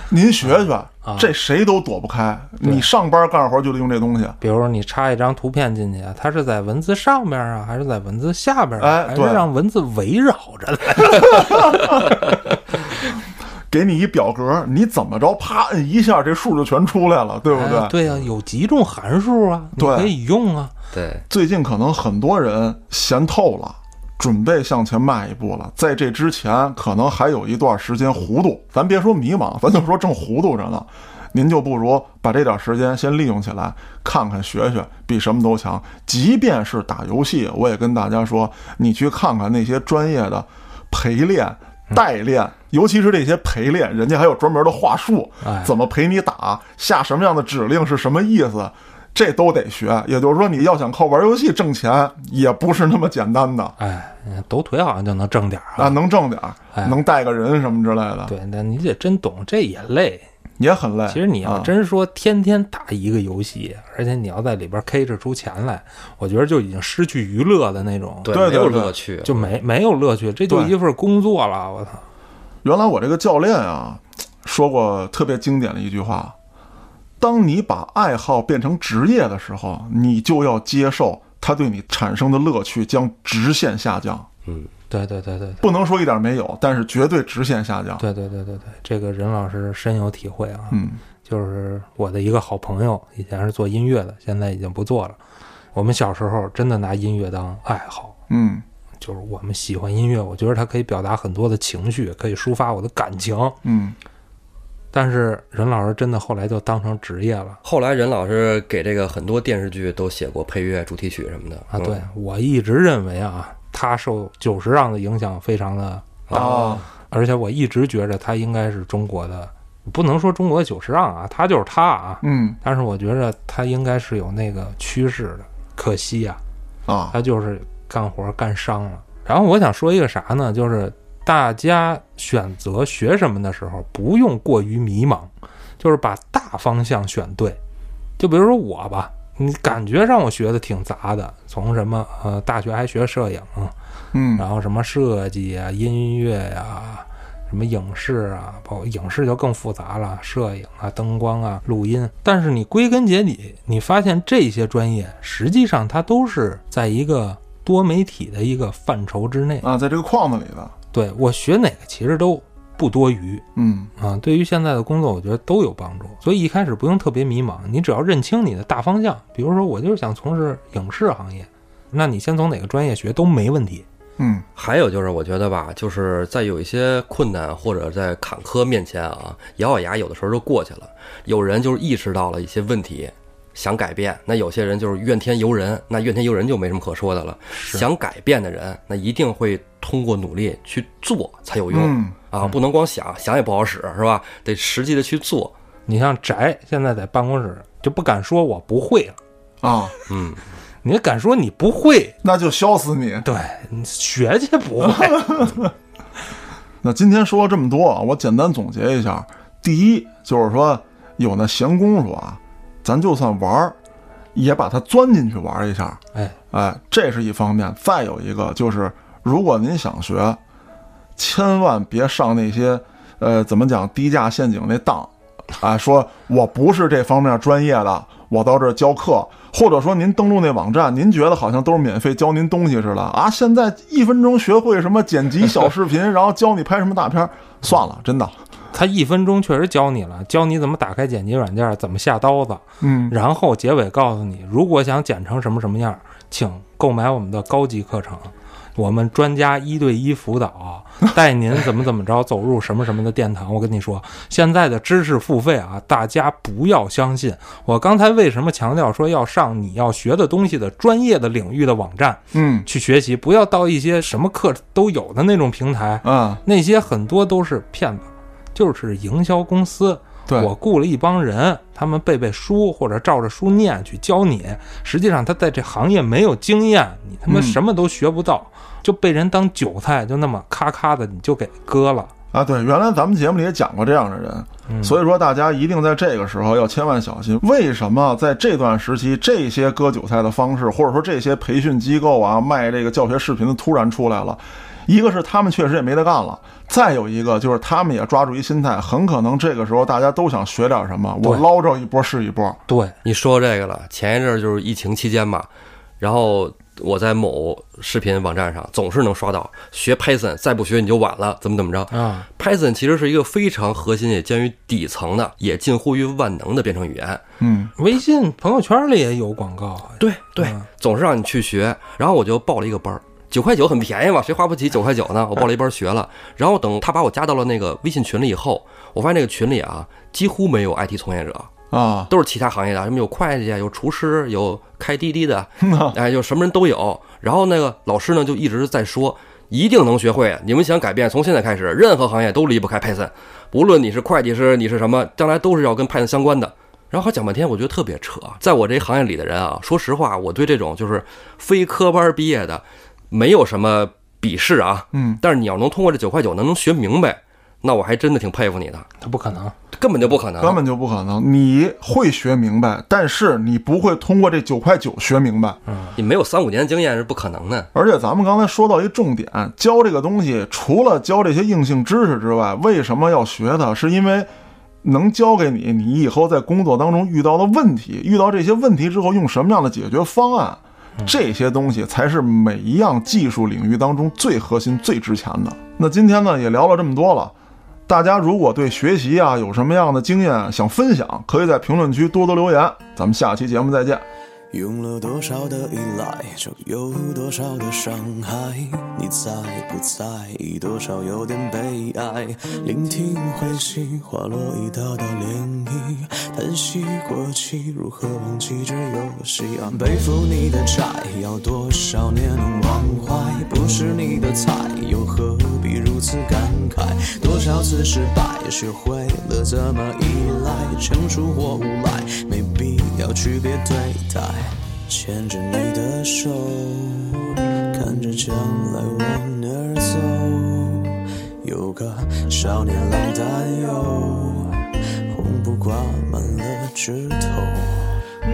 [SPEAKER 5] 您学学，这谁都躲不开。你上班干活就得用这东西。
[SPEAKER 6] 比如你插一张图片进去，它是在文字上边啊，还是在文字下边、啊？
[SPEAKER 5] 哎
[SPEAKER 6] 还是
[SPEAKER 5] 对
[SPEAKER 6] 让文字围绕着来？啊
[SPEAKER 5] 给你一表格，你怎么着，啪摁一下，这数就全出来了，对不对？嗯
[SPEAKER 6] 哎对呀、有几种函数啊，你
[SPEAKER 5] 对
[SPEAKER 6] 可以用啊。
[SPEAKER 7] 对，
[SPEAKER 5] 最近可能很多人闲透了，准备向前迈一步了。在这之前，可能还有一段时间糊涂，咱别说迷茫，咱就说正糊涂着呢。您就不如把这点时间先利用起来，看看学学，比什么都强。即便是打游戏，我也跟大家说，你去看看那些专业的陪练、代练，尤其是这些陪练，人家还有专门的话术
[SPEAKER 6] 哎，
[SPEAKER 5] 怎么陪你打，下什么样的指令是什么意思，这都得学。也就是说，你要想靠玩游戏挣钱，也不是那么简单的
[SPEAKER 6] 哎，抖腿好像就能挣点儿
[SPEAKER 5] 啊，能挣点儿，能带个人什么之类的，
[SPEAKER 6] 哎对，那你得真懂，这也累。
[SPEAKER 5] 也很累。
[SPEAKER 6] 其实你要
[SPEAKER 5] 啊
[SPEAKER 6] 真说天天打一个游戏，而且你要在里边 K 着出钱来，我觉得就已经失去娱乐的那种，
[SPEAKER 7] 对，
[SPEAKER 5] 对
[SPEAKER 7] 没有
[SPEAKER 5] 对对
[SPEAKER 7] 乐趣。
[SPEAKER 6] 就没没有乐趣，这就
[SPEAKER 5] 对
[SPEAKER 6] 一份工作了。我操，
[SPEAKER 5] 原来我这个教练啊，说过特别经典的一句话：当你把爱好变成职业的时候，你就要接受它对你产生的乐趣将直线下降，
[SPEAKER 6] 对对对对对。
[SPEAKER 5] 不能说一点没有，但是绝对直线下降。
[SPEAKER 6] 对对对对对，这个任老师深有体会啊。
[SPEAKER 5] 嗯，
[SPEAKER 6] 就是我的一个好朋友，以前是做音乐的，现在已经不做了。我们小时候真的拿音乐当爱好，
[SPEAKER 5] 嗯
[SPEAKER 6] 就是我们喜欢音乐，我觉得它可以表达很多的情绪，可以抒发我的感情。
[SPEAKER 5] 嗯，
[SPEAKER 6] 但是任老师真的后来就当成职业了。
[SPEAKER 7] 后来任老师给这个很多电视剧都写过配乐、主题曲什么的
[SPEAKER 6] 啊，
[SPEAKER 7] 嗯
[SPEAKER 6] 对我一直认为啊，他受九十让的影响非常的，哦
[SPEAKER 5] 啊，
[SPEAKER 6] 而且我一直觉着他应该是中国的，不能说中国的九十让啊，他就是他啊，
[SPEAKER 5] 嗯
[SPEAKER 6] 但是我觉着他应该是有那个趋势的，可惜呀、
[SPEAKER 5] 啊，
[SPEAKER 6] 他就是干活干伤了。然后我想说一个啥呢？就是大家选择学什么的时候，不用过于迷茫，就是把大方向选对。就比如说我吧，你感觉上我学的挺杂的，从什么呃大学还学摄影，
[SPEAKER 5] 嗯
[SPEAKER 6] 然后什么设计啊、音乐呀、什么影视啊，包括影视就更复杂了，摄影啊、灯光啊、录音。但是你归根结底，你发现这些专业实际上它都是在一个多媒体的一个范畴之内。
[SPEAKER 5] 啊，在这个框子里的，
[SPEAKER 6] 对我学哪个其实都不多余
[SPEAKER 5] 嗯
[SPEAKER 6] 啊，对于现在的工作我觉得都有帮助。所以一开始不用特别迷茫，你只要认清你的大方向。比如说，我就是想从事影视行业，那你先从哪个专业学都没问题。
[SPEAKER 5] 嗯
[SPEAKER 7] 还有就是，我觉得吧，就是在有一些困难或者在坎坷面前啊，咬咬牙，有的时候就过去了。有人就是意识到了一些问题，想改变；那有些人就是怨天尤人，那怨天尤人就没什么可说的了。想改变的人，那一定会通过努力去做才有用、
[SPEAKER 5] 嗯
[SPEAKER 7] 啊，不能光想，想也不好使，是吧？得实际的去做。
[SPEAKER 6] 你像翟现在在办公室就不敢说我不会了，
[SPEAKER 5] 啊，
[SPEAKER 7] 嗯，
[SPEAKER 6] 你敢说你不会，
[SPEAKER 5] 那就削死你。
[SPEAKER 6] 对你学去不会，
[SPEAKER 5] 那今天说了这么多啊，我简单总结一下：第一，就是说有那闲工夫啊，咱就算玩儿，也把它钻进去玩儿一下。
[SPEAKER 6] 哎，
[SPEAKER 5] 哎，这是一方面。再有一个就是，如果您想学，千万别上那些呃怎么讲低价陷阱那当啊，说我不是这方面专业的，我到这儿教课，或者说您登录那网站，您觉得好像都是免费教您东西似的啊，现在一分钟学会什么剪辑小视频， 然后教你拍什么大片儿，算了，真的，
[SPEAKER 6] 他一分钟确实教你了，教你怎么打开剪辑软件，怎么下刀子，
[SPEAKER 5] 嗯，
[SPEAKER 6] 然后结尾告诉你，如果想剪成什么什么样，请购买我们的高级课程，我们专家一对一辅导，带您怎么怎么着走入什么什么的殿堂。我跟你说，现在的知识付费啊，大家不要相信。我刚才为什么强调说要上你要学的东西的专业的领域的网站
[SPEAKER 5] 嗯，
[SPEAKER 6] 去学习，不要到一些什么课都有的那种平台，
[SPEAKER 5] 啊，
[SPEAKER 6] 那些很多都是骗子，就是营销公司。
[SPEAKER 5] 对
[SPEAKER 6] 我雇了一帮人，他们背背书或者照着书念去教你，实际上他在这行业没有经验，你他妈
[SPEAKER 5] 嗯
[SPEAKER 6] 什么都学不到，就被人当韭菜，就那么咔咔的你就给割了。
[SPEAKER 5] 啊，对，原来咱们节目里也讲过这样的人，所以说大家一定在这个时候要千万小心。为什么在这段时期，这些割韭菜的方式，或者说这些培训机构啊卖这个教学视频的突然出来了？一个是他们确实也没得干了，再有一个就是他们也抓住一心态，很可能这个时候大家都想学点什么，我
[SPEAKER 6] 对
[SPEAKER 5] 捞着一波是一波。
[SPEAKER 6] 对，
[SPEAKER 7] 你说这个了，前一阵儿就是疫情期间嘛，然后我在某视频网站上总是能刷到学 Python，再不学你就晚了，怎么怎么着
[SPEAKER 6] 啊
[SPEAKER 7] ？Python 其实是一个非常核心，也兼于底层的，也近乎于万能的编程语言。
[SPEAKER 5] 嗯
[SPEAKER 6] 微信朋友圈里也有广告，啊
[SPEAKER 7] 对对，
[SPEAKER 6] 嗯
[SPEAKER 7] 总是让你去学，然后我就报了一个班儿。九块九很便宜嘛，谁花不起九块九呢？我报了一班儿学了，然后等他把我加到了那个微信群里以后，我发现那个群里啊，几乎没有 IT 从业者，
[SPEAKER 5] 啊，
[SPEAKER 7] 都是其他行业的，什么有会计啊，有厨师，有开滴滴的，哎，就什么人都有。然后那个老师呢，就一直在说，一定能学会。你们想改变，从现在开始，任何行业都离不开 Python，无论你是会计师，你是什么，将来都是要跟 Python 相关的。然后还讲半天，我觉得特别扯。啊在我这行业里的人啊，说实话，我对这种就是非科班毕业的，没有什么鄙视啊。
[SPEAKER 5] 嗯，
[SPEAKER 7] 但是你要能通过这九块九能能学明白，那我还真的挺佩服你的，
[SPEAKER 6] 他不可能。
[SPEAKER 7] 根本就不可能。
[SPEAKER 5] 根本就不可能。你会学明白，但是你不会通过这九块九学明白。
[SPEAKER 7] 你没有三五年经验是不可能的。
[SPEAKER 5] 而且咱们刚才说到一重点，教这个东西除了教这些硬性知识之外，为什么要学它？是因为能教给你，你以后在工作当中遇到的问题，遇到这些问题之后用什么样的解决方案，这些东西才是每一样技术领域当中最核心、最值钱的。那今天呢，也聊了这么多了。大家如果对学习啊有什么样的经验想分享，可以在评论区多多留言。咱们下期节目再见。
[SPEAKER 8] 用了多少的依赖，就有多少的伤害。你在不在意？多少有点悲哀。聆听欢喜，滑落一道道涟漪。叹息过去，如何忘记这游戏啊？背负你的债，要多少年能忘怀？不是你的菜，又何必如此感慨？多少次失败，学会了怎么依赖，成熟或无赖，没必要区别对待。牵着你的手，看着将来往哪儿走，有个少年郎担忧，红布挂满了枝头。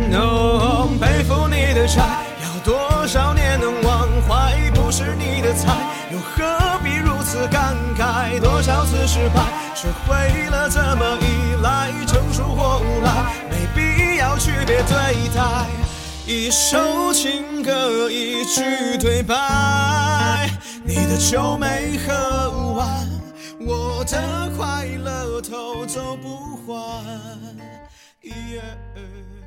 [SPEAKER 8] No，背负你的债，要多少年能忘怀？不是你的菜，又何必如此感慨？多少次失败，学会了怎么依赖，成熟或无赖，没必要区别对待。一首情歌，一句对白，你的酒没喝完，我的快乐偷走不还。Yeah.